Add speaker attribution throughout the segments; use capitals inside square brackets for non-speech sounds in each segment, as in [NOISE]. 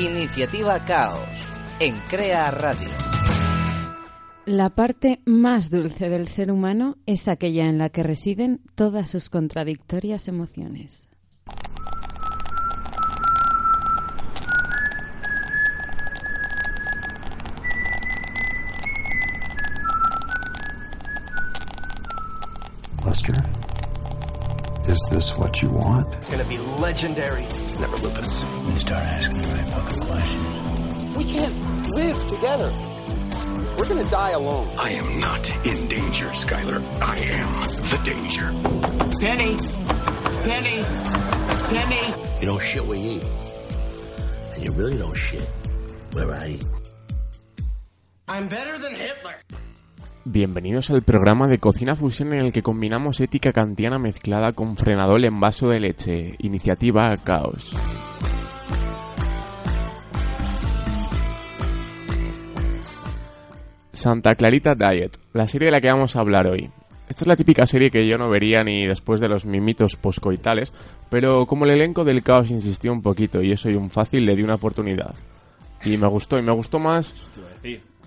Speaker 1: Iniciativa Caos en Crea Radio.
Speaker 2: La parte más dulce del ser humano es aquella en la que residen todas sus contradictorias emociones.
Speaker 3: Lester, is this what you want?
Speaker 4: It's gonna be legendary. It's never lupus.
Speaker 5: You start asking the right fucking questions.
Speaker 6: We can't live together. We're gonna die alone.
Speaker 7: I am not in danger, Skyler. I am the danger.
Speaker 8: Penny! Penny! Penny!
Speaker 5: You don't shit where you eat. And you really don't shit where I eat.
Speaker 9: I'm better than Hitler.
Speaker 10: Bienvenidos al programa de Cocina Fusión en el que combinamos ética kantiana mezclada con frenadol en vaso de leche, iniciativa Caos. Santa Clarita Diet, la serie de la que vamos a hablar hoy. Esta es la típica serie que yo no vería ni después de los mimitos poscoitales, pero como el elenco del caos insistió un poquito y yo soy un fácil, le di una oportunidad. Y me gustó, y me gustó más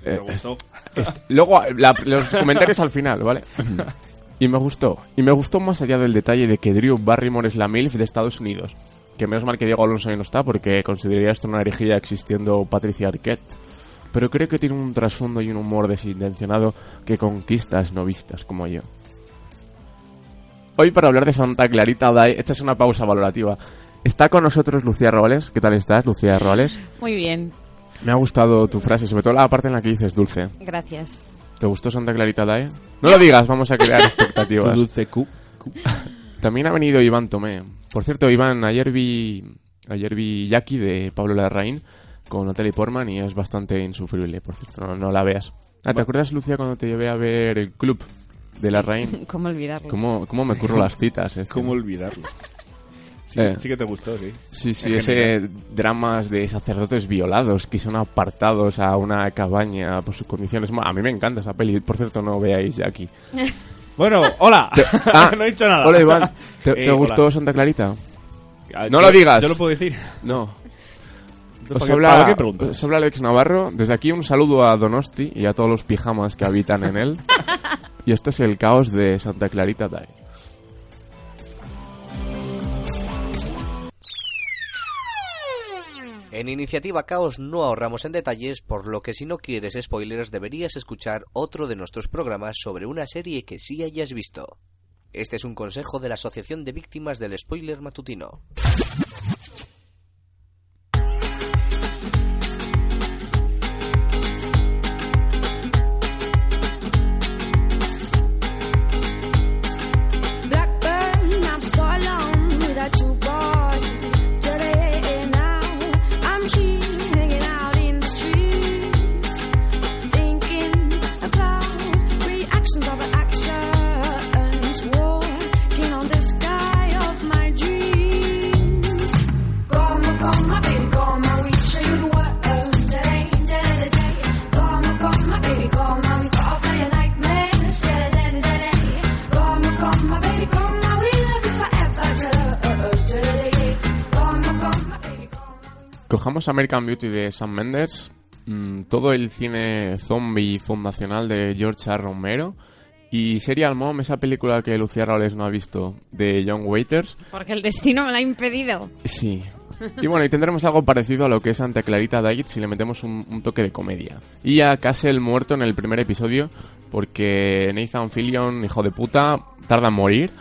Speaker 11: Me gustó.
Speaker 10: Est- Luego, la- los comentarios al final, ¿vale? Y me gustó. Y me gustó más allá del detalle de que Drew Barrymore es la MILF de Estados Unidos. Que menos mal que Diego Alonso ahí no está, porque consideraría esto una herejía existiendo Patricia Arquette. Pero creo que tiene un trasfondo y un humor desintencionado que conquista a novistas como yo. Hoy para hablar de Santa Clarita Day, esta es una pausa valorativa. Está con nosotros Lucía Roales. ¿Qué tal estás, Lucía Roales?
Speaker 2: Muy bien,
Speaker 10: Me ha gustado tu frase, sobre todo la parte en la que dices dulce.
Speaker 2: gracias.
Speaker 10: ¿Te gustó Santa Clarita Dae? No lo digas, vamos a crear
Speaker 11: [LAUGHS] Tu
Speaker 10: expectativas.
Speaker 11: dulce Q.
Speaker 10: También ha venido Iván Tomé. Por cierto, Iván, ayer vi, ayer vi Jackie de Pablo Larraín con Natalie Portman y es bastante insufrible, por cierto, no, no la veas. Ah, ¿te acuerdas, Lucía, cuando te llevé a ver el club de
Speaker 11: [LAUGHS]
Speaker 10: Larraín?
Speaker 2: [LAUGHS] ¿Cómo olvidarlo?
Speaker 10: ¿Cómo, ¿Cómo me curro las citas? eh?
Speaker 11: ¿Cómo olvidarlo? Sí,
Speaker 10: Eh.
Speaker 11: sí que te gustó, sí.
Speaker 10: Sí, sí,
Speaker 11: En
Speaker 10: ese dramas de sacerdotes violados que son apartados a una cabaña por sus condiciones. A mí me encanta esa peli. Por cierto, no veáis
Speaker 11: [LAUGHS]
Speaker 10: Jackie.
Speaker 11: Bueno, hola. [LAUGHS]
Speaker 10: Te- Ah,
Speaker 11: no he dicho nada.
Speaker 10: Hola Iván, ¿te, te
Speaker 11: Eh, hola.
Speaker 10: gustó Santa Clarita?
Speaker 11: Ah,
Speaker 10: No
Speaker 11: yo-
Speaker 10: lo digas.
Speaker 11: Yo lo puedo decir.
Speaker 10: No.
Speaker 11: ¿Para
Speaker 10: Os
Speaker 11: qué-
Speaker 10: habla,
Speaker 11: para qué preguntas?
Speaker 10: os habla Alex Navarro. Desde aquí un saludo a Donosti y a todos los pijamas que habitan en
Speaker 11: [LAUGHS]
Speaker 10: él. y esto es el caos de Santa Clarita Day.
Speaker 1: En Iniciativa Caos no ahorramos en detalles, por lo que si no quieres spoilers deberías escuchar otro de nuestros programas sobre una serie que sí hayas visto. Este es un consejo de la Asociación de Víctimas del Spoiler Matutino.
Speaker 12: Blackburn, I'm so alone without you, boy. You're the AA now. I'm here hanging out in the streets, thinking about reactions of actions. Walking on the sky of my dreams. Gonna go, my baby, go, my we show you the world today, today, today. Gonna go, my baby, go, my we go off your nightmares, today, today, today. Gonna go, my baby, go, my we love you forever, today, today. Gonna go, my baby, go, my we.
Speaker 10: Cojamos American Beauty de Sam Mendes, mm, todo el cine zombie fundacional de George A. Romero y Serial Mom, esa película que Lucía Robles no ha visto, de John Waiters.
Speaker 2: Porque el destino me lo ha impedido. [LAUGHS]
Speaker 10: Sí. Y bueno, y tendremos algo parecido a lo que es Santa Clarita Diet si le metemos un, un toque de comedia. Y a Castle muerto en el primer episodio, porque Nathan Fillion, hijo de puta, tarda en morir,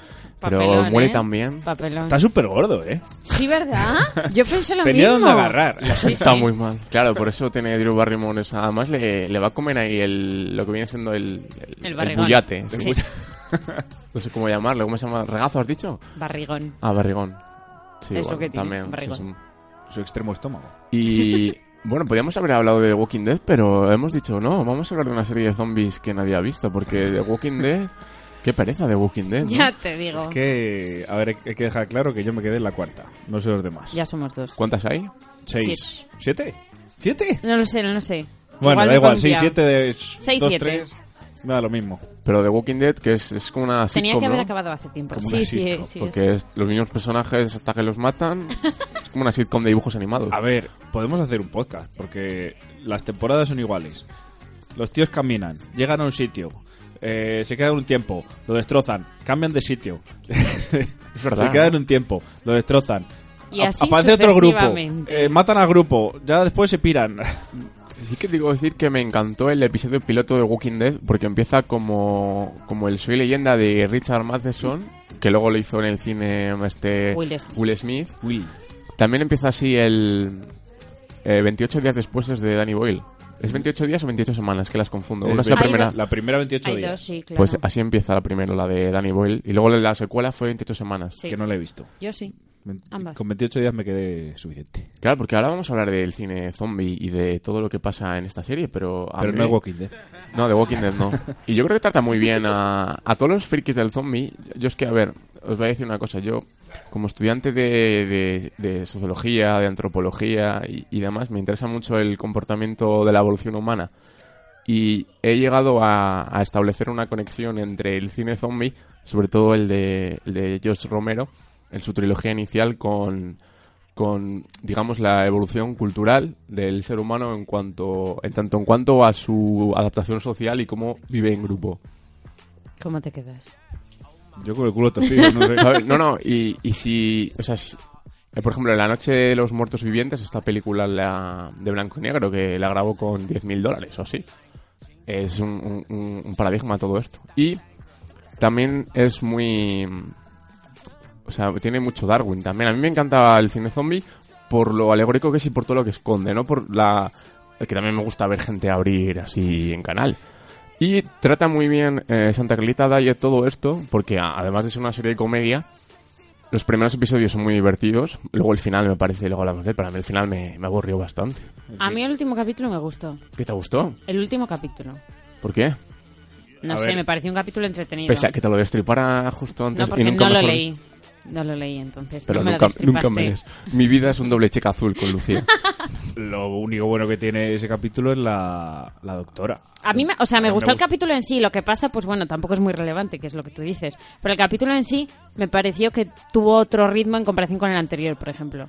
Speaker 10: pero
Speaker 2: Papelón,
Speaker 10: muere
Speaker 2: ¿eh?
Speaker 10: también.
Speaker 2: Papelón.
Speaker 11: Está súper gordo, ¿eh?
Speaker 2: Sí, ¿verdad? Yo pensé lo
Speaker 11: Tenía
Speaker 2: mismo.
Speaker 11: donde agarrar.
Speaker 2: Sí,
Speaker 10: Está
Speaker 2: sí.
Speaker 10: muy mal. Claro, por eso tiene Drew Barrymore esa. Además, le, le va a comer ahí el, lo que viene siendo el.
Speaker 2: El barrigón.
Speaker 10: bullate,
Speaker 2: Sí.
Speaker 10: sí. [LAUGHS] No sé cómo llamarlo. ¿Cómo se llama? ¿Regazo has dicho?
Speaker 2: Barrigón.
Speaker 10: Ah, barrigón. Sí,
Speaker 2: Es lo
Speaker 10: bueno,
Speaker 2: que tiene,
Speaker 10: también.
Speaker 2: barrigón.
Speaker 10: sí, sí.
Speaker 11: Su extremo estómago.
Speaker 10: Y bueno, podríamos haber hablado de The Walking Dead, pero hemos dicho no, vamos a hablar de una serie de zombies que nadie ha visto, porque The Walking Dead, qué pereza The Walking Dead. ¿no?
Speaker 2: Ya te digo.
Speaker 11: Es que, a ver, hay que dejar claro que yo me quedé en la cuarta. No sé los demás.
Speaker 2: Ya somos dos.
Speaker 10: ¿Cuántas hay?
Speaker 11: Seis. ¿Siete? ¿Siete?
Speaker 2: No lo sé, no lo sé.
Speaker 11: Bueno,
Speaker 2: me
Speaker 11: da igual.
Speaker 2: confía.
Speaker 11: Seis, siete, de,
Speaker 2: Seis,
Speaker 11: dos,
Speaker 2: siete.
Speaker 11: tres. Me da lo mismo.
Speaker 10: Pero The Walking Dead, que es, es como una
Speaker 2: Tenía
Speaker 10: sitcom,
Speaker 2: que haber
Speaker 10: ¿no?
Speaker 2: acabado hace tiempo.
Speaker 10: Pues
Speaker 11: Como
Speaker 2: Sí, sí,
Speaker 11: una sitcom,
Speaker 2: sí. [LAUGHS]
Speaker 10: Porque es- los mismos personajes hasta que los matan, es como como una sitcom de dibujos animados.
Speaker 11: A ver, podemos hacer un podcast, porque las temporadas son iguales. Los tíos caminan, llegan a un sitio, eh, se quedan un tiempo, lo destrozan, cambian de sitio.
Speaker 10: Es verdad,
Speaker 11: se quedan
Speaker 10: ¿no?
Speaker 11: un tiempo, lo destrozan.
Speaker 2: Y
Speaker 11: Ap-
Speaker 2: así
Speaker 11: aparece otro grupo,
Speaker 2: sucesivamente.
Speaker 11: eh, matan al grupo, ya después
Speaker 10: [LAUGHS]
Speaker 11: se piran.
Speaker 10: Sí que digo decir que me encantó el episodio piloto de Walking Dead porque empieza como, como el Soy Leyenda de Richard Matheson, que luego lo hizo en el cine este
Speaker 2: Will Smith.
Speaker 10: Smith. También empieza así el eh, 28 días después es de Danny Boyle. ¿Es 28 días o 28 semanas? Que las confundo.
Speaker 11: Es
Speaker 10: Una es la
Speaker 2: Hay
Speaker 10: primera.
Speaker 2: dos.
Speaker 11: La primera 28
Speaker 2: Hay
Speaker 11: días,
Speaker 2: dos, sí, claro.
Speaker 10: Pues así empieza la primera, la de Danny Boyle. Y luego la secuela fue 28 semanas.
Speaker 2: Sí.
Speaker 11: que no la he visto.
Speaker 2: Yo sí.
Speaker 11: Ve-
Speaker 2: Ambas.
Speaker 11: Con 28 días me quedé suficiente.
Speaker 10: Claro, porque ahora vamos a hablar del cine zombie y de todo lo que pasa en esta serie, pero... a
Speaker 11: Pero
Speaker 10: mí-
Speaker 11: no es Walking Dead.
Speaker 10: No, The Walking Dead
Speaker 11: [LAUGHS]
Speaker 10: no. Y yo creo que trata muy bien a, a todos los frikis del zombie. Yo es que, a ver, os voy a decir una cosa. Yo, como estudiante de, de- de sociología, de antropología y, y demás, me interesa mucho el comportamiento de la evolución humana. Y he llegado a, a establecer una conexión entre el cine zombie, sobre todo el de, el de George Romero, en su trilogía inicial con con digamos la evolución cultural del ser humano en cuanto en tanto en cuanto a su adaptación social y cómo vive en grupo
Speaker 2: ¿Cómo te quedas?
Speaker 11: Yo con el culo torcido, no
Speaker 10: [LAUGHS]
Speaker 11: sé.
Speaker 10: ¿Sabes? no no y, y si o sea si- eh, por ejemplo en la noche de los muertos vivientes esta película la- de blanco y negro que la grabó con 10.000 mil dólares o así es un, un- un paradigma todo esto y también es muy o sea tiene mucho Darwin también a mí me encanta el cine zombie por lo alegórico que es y por todo lo que esconde, ¿no? Por la... que también me gusta ver gente abrir así en canal. Y trata muy bien eh, Santa Clarita Diet todo esto, porque a- además de ser una serie de comedia, los primeros episodios son muy divertidos, luego el final me parece, luego hablamos de él, pero a mí el final me, me aburrió bastante.
Speaker 2: A mí el último capítulo me gustó.
Speaker 10: ¿Qué te gustó?
Speaker 2: El último capítulo.
Speaker 10: ¿Por qué?
Speaker 2: No
Speaker 11: A
Speaker 2: sé,
Speaker 11: ver.
Speaker 2: me pareció un capítulo entretenido.
Speaker 10: Pese a que te lo destripara justo
Speaker 2: no,
Speaker 10: antes
Speaker 2: porque
Speaker 10: y nunca
Speaker 2: no lo
Speaker 10: mejor-
Speaker 2: leí. No lo leí entonces.
Speaker 10: Pero
Speaker 2: no me lo
Speaker 10: nunca, nunca
Speaker 2: destripaste.
Speaker 10: me lees. Mi vida es un doble cheque azul
Speaker 2: [LAUGHS]
Speaker 10: con Lucía.
Speaker 11: Lo único bueno que tiene ese capítulo es la, la doctora.
Speaker 2: A mí, me- o sea,
Speaker 11: A mí
Speaker 2: me
Speaker 11: me
Speaker 2: gustó el
Speaker 11: gusta.
Speaker 2: capítulo en sí. Lo que pasa, pues bueno, tampoco es muy relevante, que es lo que tú dices. Pero el capítulo en sí me pareció que tuvo otro ritmo en comparación con el anterior, por ejemplo.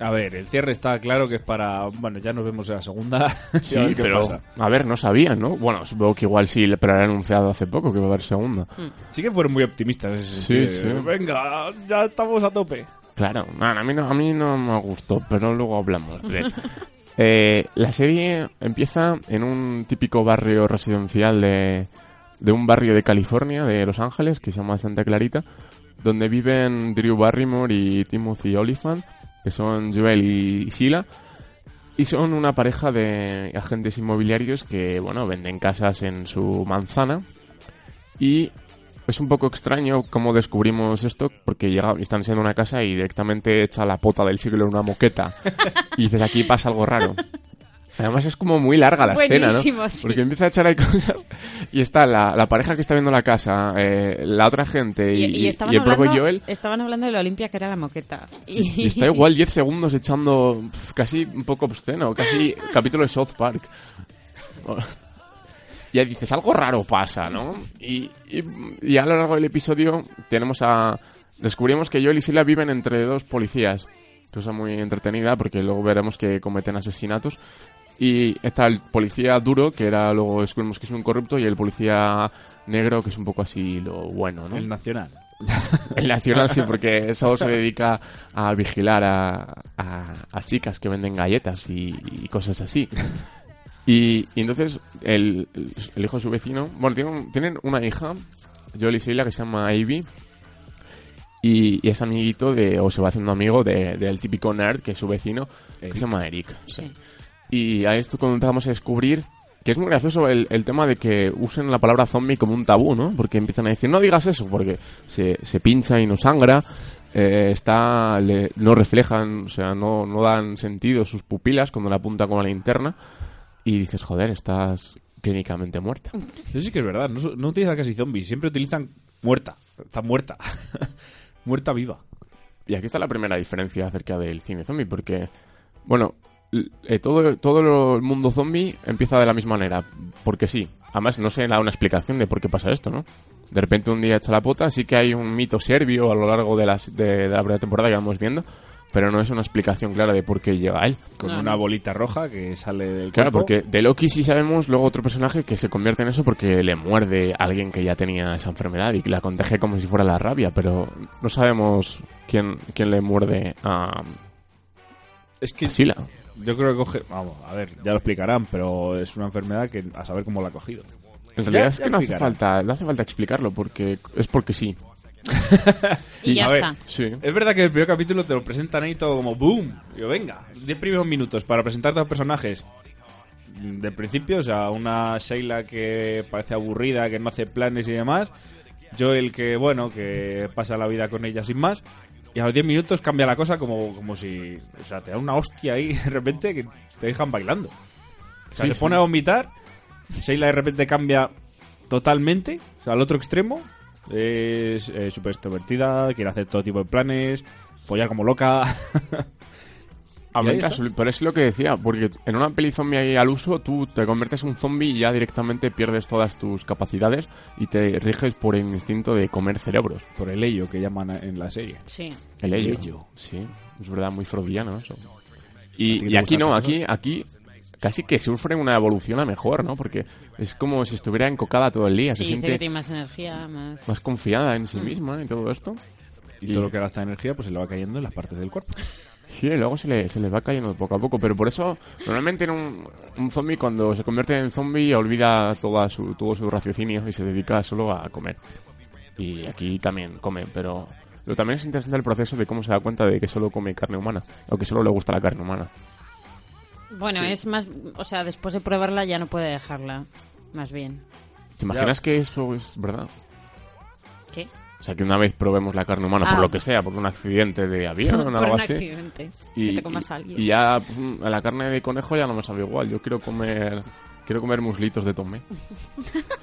Speaker 11: A ver, el cierre está claro que es para... Bueno, ya nos vemos en la segunda. [LAUGHS]
Speaker 10: Sí,
Speaker 11: a ver qué
Speaker 10: pero
Speaker 11: pasa.
Speaker 10: a ver, no sabían, ¿no? Bueno, supongo que igual sí, pero han anunciado hace poco que va a haber segunda.
Speaker 11: Sí que fueron muy optimistas. en ese
Speaker 10: Sí,
Speaker 11: sentido.
Speaker 10: sí.
Speaker 11: Venga, ya estamos a tope.
Speaker 10: Claro, no, a mí no, a mí no me gustó, pero luego hablamos de él. Eh, la serie empieza en un típico barrio residencial de, de un barrio de California, de Los Ángeles, que se llama Santa Clarita, donde viven Drew Barrymore y Timothy Oliphant, que son Joel y Sheila, y son una pareja de agentes inmobiliarios que, bueno, venden casas en su manzana y es un poco extraño cómo descubrimos esto, porque llega, están siendo una casa y directamente echa la pota del siglo en una moqueta.
Speaker 2: [LAUGHS]
Speaker 10: y dices, aquí pasa algo raro. Además es como muy larga la escena,
Speaker 2: Buenísimo,
Speaker 10: ¿no?
Speaker 2: sí.
Speaker 10: Porque empieza a echar ahí [LAUGHS] cosas y está la, la pareja que está viendo la casa, eh, la otra gente y,
Speaker 2: y, y estaban,
Speaker 10: y el propio
Speaker 2: hablando,
Speaker 10: Joel.
Speaker 2: estaban hablando de la Olimpia, que era la moqueta. Y,
Speaker 10: Y está igual 10 segundos echando pf, casi un poco obsceno, casi capítulo de South Park. Y ahí dices, algo raro pasa, ¿no? Y, y- y a lo largo del episodio tenemos a... Descubrimos que Joel y Sila viven entre dos policías. Cosa muy entretenida porque luego veremos que cometen asesinatos. Y está el policía duro, que era luego descubrimos que es un corrupto, y el policía negro, que es un poco así lo bueno, ¿no?
Speaker 11: El nacional.
Speaker 10: [LAUGHS] El Nacional sí, porque eso se dedica a vigilar a, a- a chicas que venden galletas y, y cosas así. Y, y entonces el, el hijo de su vecino, bueno, tienen, un- tienen una hija, Joel y Sheila, que se llama Ivy, y, y es amiguito de, o se va haciendo amigo de- del típico nerd que es su vecino, que
Speaker 11: Eric.
Speaker 10: se llama Eric. sí.
Speaker 2: [LAUGHS] Sí.
Speaker 10: Y a esto cuando empezamos a descubrir que es muy gracioso el, el tema de que usen la palabra zombie como un tabú, ¿no? Porque empiezan a decir, no digas eso, porque se, se pincha y no sangra, eh, está, le- no reflejan, o sea, no, no dan sentido sus pupilas cuando la apunta con la linterna y dices, joder, estás clínicamente muerta.
Speaker 11: Eso sí que es verdad. No, su- no utilizan casi zombies. Siempre utilizan muerta. Está muerta. [LAUGHS] muerta viva.
Speaker 10: Y aquí está la primera diferencia acerca del cine zombie, porque, bueno, l- eh, todo, todo lo- el mundo zombie empieza de la misma manera, porque sí. Además, no se da una explicación de por qué pasa esto, ¿no? De repente un día echa la pota, sí que hay un mito serbio a lo largo de, las- de, de la primera temporada que vamos viendo, pero no es una explicación clara de por qué llega él.
Speaker 11: Con no, una no. bolita roja que sale del
Speaker 10: Claro,
Speaker 11: cuerpo.
Speaker 10: porque de Loki sí sabemos luego otro personaje que se convierte en eso porque le muerde a alguien que ya tenía esa enfermedad y la contagia como si fuera la rabia, pero no sabemos quién, quién le muerde a...
Speaker 11: Es que...
Speaker 10: a Sila.
Speaker 11: Yo creo que coge... Vamos, a ver, ya lo explicarán, pero es una enfermedad que a saber cómo la ha cogido.
Speaker 10: En realidad ya, es que no hace, falta, no hace falta explicarlo porque es porque sí.
Speaker 2: y ya
Speaker 11: a ver,
Speaker 2: está.
Speaker 10: Sí.
Speaker 11: Es verdad que en el primer capítulo te lo presentan ahí todo como boom. Yo, venga, 10 primeros minutos para presentarte a los personajes. De principio, o sea, una Sheila que parece aburrida, que no hace planes y demás. Joel que, bueno, que pasa la vida con ella sin más. Y a los 10 minutos cambia la cosa como, como si, o sea, te da una hostia ahí [LAUGHS] de repente que te dejan bailando. O sea,
Speaker 10: Sí,
Speaker 11: se
Speaker 10: sí.
Speaker 11: pone a vomitar, Sheila de repente cambia totalmente, o sea, al otro extremo. Es eh, súper extrovertida, quiere hacer todo tipo de planes, follar como loca. [LAUGHS]
Speaker 10: Aumenta
Speaker 11: está.
Speaker 10: su- pero es lo que decía, porque en una peli zombie ahí al uso tú te conviertes en un zombie y ya directamente pierdes todas tus capacidades y te riges por el instinto de comer cerebros.
Speaker 11: Por el ello que llaman a- en la serie.
Speaker 2: Sí.
Speaker 10: El ello.
Speaker 11: ello.
Speaker 10: Sí, es verdad, muy freudiano eso.
Speaker 11: ¿A ti
Speaker 10: Y,
Speaker 11: te
Speaker 10: y aquí
Speaker 11: gusta
Speaker 10: no,
Speaker 11: tanto?
Speaker 10: aquí, aquí casi que sufre una evolución a mejor, ¿no? Porque es como si estuviera encocada todo el día,
Speaker 2: Sí,
Speaker 10: se
Speaker 2: dice que
Speaker 10: siente
Speaker 2: tiene más energía, más...
Speaker 10: más confiada en sí misma y todo esto.
Speaker 11: Y todo lo que gasta energía pues se le va cayendo en las partes del cuerpo.
Speaker 10: Sí, y luego se le, se le va cayendo poco a poco, pero por eso normalmente en un, un zombie cuando se convierte en zombie olvida toda su, todo su raciocinio y se dedica solo a comer. Y aquí también come, pero, pero también es interesante el proceso de cómo se da cuenta de que solo come carne humana, o que solo le gusta la carne humana.
Speaker 2: Bueno, es más... O sea, después de probarla ya no puede dejarla, más bien.
Speaker 10: ¿Te imaginas que eso es verdad?
Speaker 2: ¿Qué?
Speaker 10: O sea, que una vez probemos la carne humana,
Speaker 2: Ah.
Speaker 10: por lo que sea, por un accidente de avión
Speaker 2: [LAUGHS]
Speaker 10: o
Speaker 2: Por
Speaker 10: algo
Speaker 2: un
Speaker 10: así.
Speaker 2: accidente. que
Speaker 10: Y,
Speaker 2: te comas a alguien.
Speaker 10: y ya mm, la carne de conejo ya no me sabe igual. Yo quiero comer quiero comer muslitos de tomé. [LAUGHS]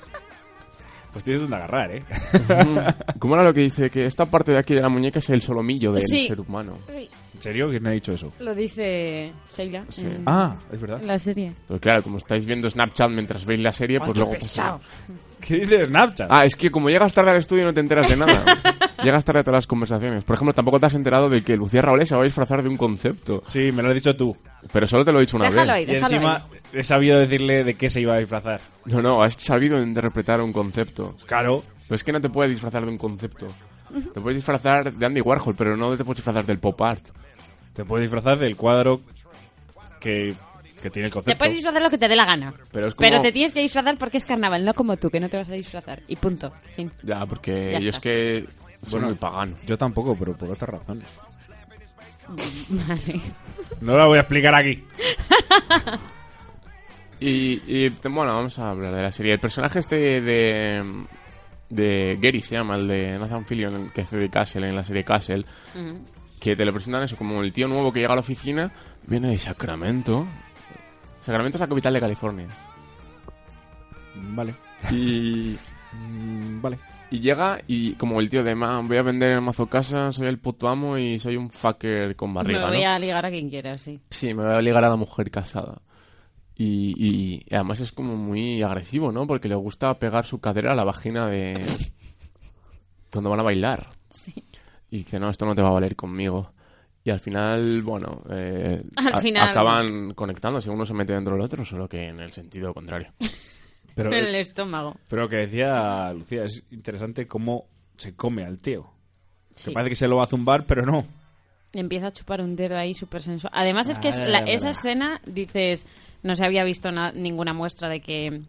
Speaker 11: Pues tienes donde agarrar, ¿eh?
Speaker 10: Mm, ¿Cómo era lo que dice? Que esta parte de aquí de la muñeca es el solomillo del
Speaker 2: Sí.
Speaker 10: ser humano.
Speaker 2: Sí,
Speaker 11: [LAUGHS] ¿En serio? ¿Quién me ha dicho eso?
Speaker 2: lo dice Sheila
Speaker 10: Sí.
Speaker 2: en
Speaker 11: Ah, es verdad.
Speaker 2: la serie.
Speaker 10: Pero Pues claro, como estáis viendo Snapchat mientras veis la serie, pues
Speaker 2: Ay,
Speaker 10: luego...
Speaker 2: qué pesado.
Speaker 11: ¿Qué dice Snapchat?
Speaker 10: Ah, es que como llegas tarde al estudio no te enteras
Speaker 2: [LAUGHS]
Speaker 10: de nada. llegas tarde a todas las conversaciones. Por ejemplo, tampoco te has enterado de que Lucía Raulé se va a disfrazar de un concepto.
Speaker 11: Sí, me lo has dicho tú.
Speaker 10: Pero solo te lo he dicho una
Speaker 2: Déjalo
Speaker 10: vez.
Speaker 2: ahí,
Speaker 11: Y
Speaker 2: déjalo
Speaker 11: encima he sabido decirle de qué se iba a disfrazar.
Speaker 10: No, no, has sabido interpretar un concepto.
Speaker 11: Claro.
Speaker 10: Pero es que no te puedes disfrazar de un concepto. Te puedes disfrazar de Andy Warhol, pero no te puedes disfrazar del pop art.
Speaker 11: Te puedes disfrazar del cuadro que, que tiene el
Speaker 2: Te
Speaker 11: concepto.
Speaker 2: puedes disfrazar lo que te dé la gana.
Speaker 10: Pero es como-
Speaker 2: te tienes que disfrazar porque es carnaval, no como tú, que no te vas a disfrazar. Y punto. Fin. [LAUGHS]
Speaker 10: Ya, porque
Speaker 2: Ya
Speaker 10: yo es
Speaker 2: está.
Speaker 10: que soy
Speaker 11: Bueno,
Speaker 10: muy pagano.
Speaker 11: Yo tampoco, pero por otras razones.
Speaker 2: Vale.
Speaker 11: No la voy a explicar aquí.
Speaker 10: Y, y, te- bueno, vamos a hablar de la serie. El personaje este de... De Gary se llama, el de Nathan Fillion, el que hace de Castle en la serie Castle.
Speaker 2: Mm.
Speaker 10: que te lo presentan eso como el tío nuevo que llega a la oficina viene de Sacramento. Sacramento es la capital de [LAUGHS] California.
Speaker 11: Vale.
Speaker 10: Y,
Speaker 11: Mm, Vale.
Speaker 10: y llega y como el tío de "Ma, voy a vender en mazo casa, soy el puto amo y soy un fucker con barriga,
Speaker 2: Me voy
Speaker 10: ¿no?
Speaker 2: a ligar a quien quiera, sí.
Speaker 10: Sí, me voy a ligar a la mujer casada. Y, y- y además es como muy agresivo, ¿no? Porque le gusta pegar su cadera a la vagina
Speaker 2: [LAUGHS]
Speaker 10: de... cuando van a bailar.
Speaker 2: Sí.
Speaker 10: Y dice, no, esto no te va a valer conmigo. Y al final, bueno, eh,
Speaker 2: Al
Speaker 10: a-
Speaker 2: final.
Speaker 10: acaban conectándose, uno se mete dentro del otro, solo que en el sentido contrario.
Speaker 11: Pero,
Speaker 2: En el estómago.
Speaker 11: pero lo que decía Lucía, es interesante cómo se come al tío.
Speaker 2: Sí.
Speaker 11: Que parece que se lo va a zumbar, pero no.
Speaker 2: Y Empieza a chupar un dedo ahí súper sensual. Además es que es la-
Speaker 11: Ah,
Speaker 2: esa
Speaker 11: verdad.
Speaker 2: escena, dices, no se había visto na- ninguna muestra de que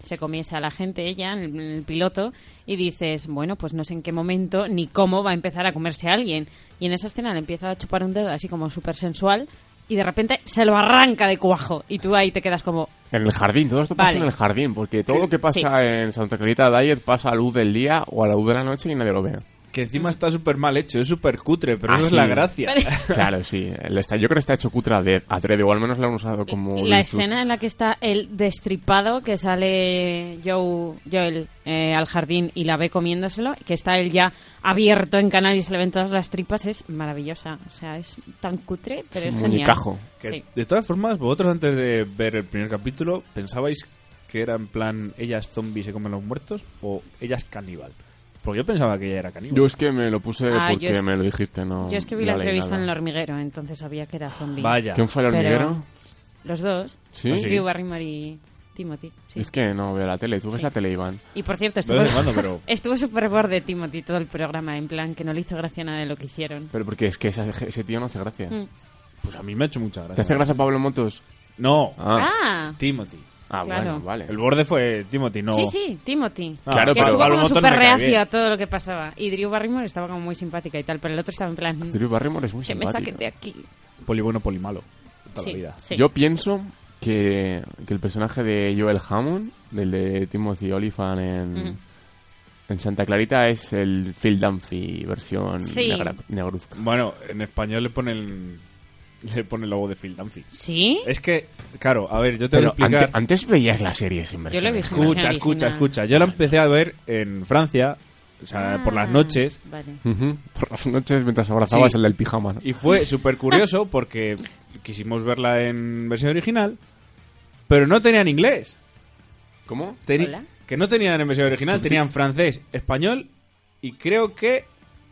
Speaker 2: se comiese a la gente ella, en el, en el piloto, y dices, bueno, pues no sé en qué momento ni cómo va a empezar a comerse a alguien. Y en esa escena le empieza a chupar un dedo así como súper sensual y de repente se lo arranca de cuajo y tú ahí te quedas como,
Speaker 10: En el jardín, todo esto pasa
Speaker 2: Vale.
Speaker 10: en el jardín, porque todo lo que pasa
Speaker 2: Sí.
Speaker 10: en Santa Clarita Diet pasa a luz del día o a la luz de la noche y
Speaker 2: [LAUGHS]
Speaker 10: nadie lo ve.
Speaker 11: Que
Speaker 2: Mm.
Speaker 11: encima está súper mal hecho, es súper cutre, pero
Speaker 10: Ah,
Speaker 11: esa es
Speaker 10: sí.
Speaker 11: la gracia.
Speaker 2: Pero-
Speaker 10: Claro, sí. el está- yo creo que está hecho cutra de adrede, o al menos lo han usado como...
Speaker 2: la
Speaker 10: virtud.
Speaker 2: escena en la que está el destripado que sale Joe, Joel eh, al jardín y la ve comiéndoselo, que está él ya abierto en canal y se le ven todas las tripas, es maravillosa. O sea, es tan cutre, pero es,
Speaker 10: Es un
Speaker 2: genial.
Speaker 10: muñecajo.
Speaker 11: [LAUGHS] Que,
Speaker 2: Sí.
Speaker 11: De todas formas, vosotros antes de ver el primer capítulo, ¿pensabais que era en plan ellas zombies se comen los muertos o ellas caníbal? Porque yo pensaba que ella era caníbal.
Speaker 10: Yo es que me lo puse
Speaker 2: Ah, yo
Speaker 10: porque
Speaker 2: es-
Speaker 10: me lo dijiste, no.
Speaker 2: Yo es que vi
Speaker 10: no
Speaker 2: la
Speaker 10: leí
Speaker 2: entrevista
Speaker 10: nada.
Speaker 2: en El Hormiguero, entonces sabía que era zombie.
Speaker 10: Vaya. ¿Quién fue El
Speaker 2: Pero
Speaker 10: Hormiguero?
Speaker 2: Los dos. pues
Speaker 10: ¿Sí?
Speaker 2: Drew
Speaker 10: Sí.
Speaker 2: Barrymore y Timothy. sí.
Speaker 10: Es que no veo la tele. Tú ves la tele, Iván.
Speaker 2: Y por cierto,
Speaker 10: De
Speaker 2: estuvo,
Speaker 10: vez en cuando, pero-
Speaker 2: [LAUGHS] estuvo súper borde Timothy todo el programa, en plan que no le hizo gracia nada de lo que hicieron.
Speaker 10: Pero porque es que esa- ese, tío no hace gracia.
Speaker 2: Mm.
Speaker 11: Pues a mí me ha hecho mucha gracia.
Speaker 10: ¿Te hace gracia Pablo Motos?
Speaker 11: No.
Speaker 2: Ah.
Speaker 11: Timothy.
Speaker 10: Ah,
Speaker 2: Claro. bueno,
Speaker 10: vale.
Speaker 11: El borde fue Timothy, no.
Speaker 2: Sí, sí, Timothy.
Speaker 11: Ah, Claro,
Speaker 2: que
Speaker 11: pero
Speaker 2: estuvo
Speaker 11: Pablo
Speaker 2: como
Speaker 11: Motos
Speaker 2: súper
Speaker 11: me cae
Speaker 2: reacio
Speaker 11: bien.
Speaker 2: a todo lo que pasaba. Y Drew Barrymore estaba como muy simpática y tal, pero el otro estaba en plan... "Mm,
Speaker 10: Drew Barrymore es muy
Speaker 2: Que me
Speaker 10: simpática.
Speaker 2: saquen de aquí.
Speaker 11: Poli bueno, poli malo. Toda
Speaker 2: Sí,
Speaker 11: la vida.
Speaker 2: sí.
Speaker 10: Yo pienso que, que el personaje de Joel Hammond, del de Timothy Olyphant en,
Speaker 2: Ujú.
Speaker 10: en Santa Clarita, es el Phil Dunphy versión
Speaker 2: Sí.
Speaker 10: negra- negruzca.
Speaker 11: Bueno, en español le ponen. Le pone el logo de Phil Dunphy.
Speaker 2: ¿Sí?
Speaker 11: Es que, claro, a ver, yo te
Speaker 10: Pero
Speaker 11: voy a explicar.
Speaker 10: ante- antes veías la serie sin ver.
Speaker 2: Yo lo he visto en
Speaker 11: Escucha,
Speaker 2: versión
Speaker 11: escucha,
Speaker 2: original.
Speaker 11: escucha. Yo la empecé a ver en Francia, o sea, por las noches.
Speaker 2: Ah, Vale.
Speaker 10: Ujú. [LAUGHS] Por las noches mientras abrazabas
Speaker 11: Sí.
Speaker 10: el del pijama. ¿no?
Speaker 11: Y fue súper curioso porque quisimos verla en versión original, pero no tenían inglés.
Speaker 10: ¿Cómo?
Speaker 11: Teni-
Speaker 2: Hola.
Speaker 11: Que no tenían en versión original, tenían francés, español y creo que,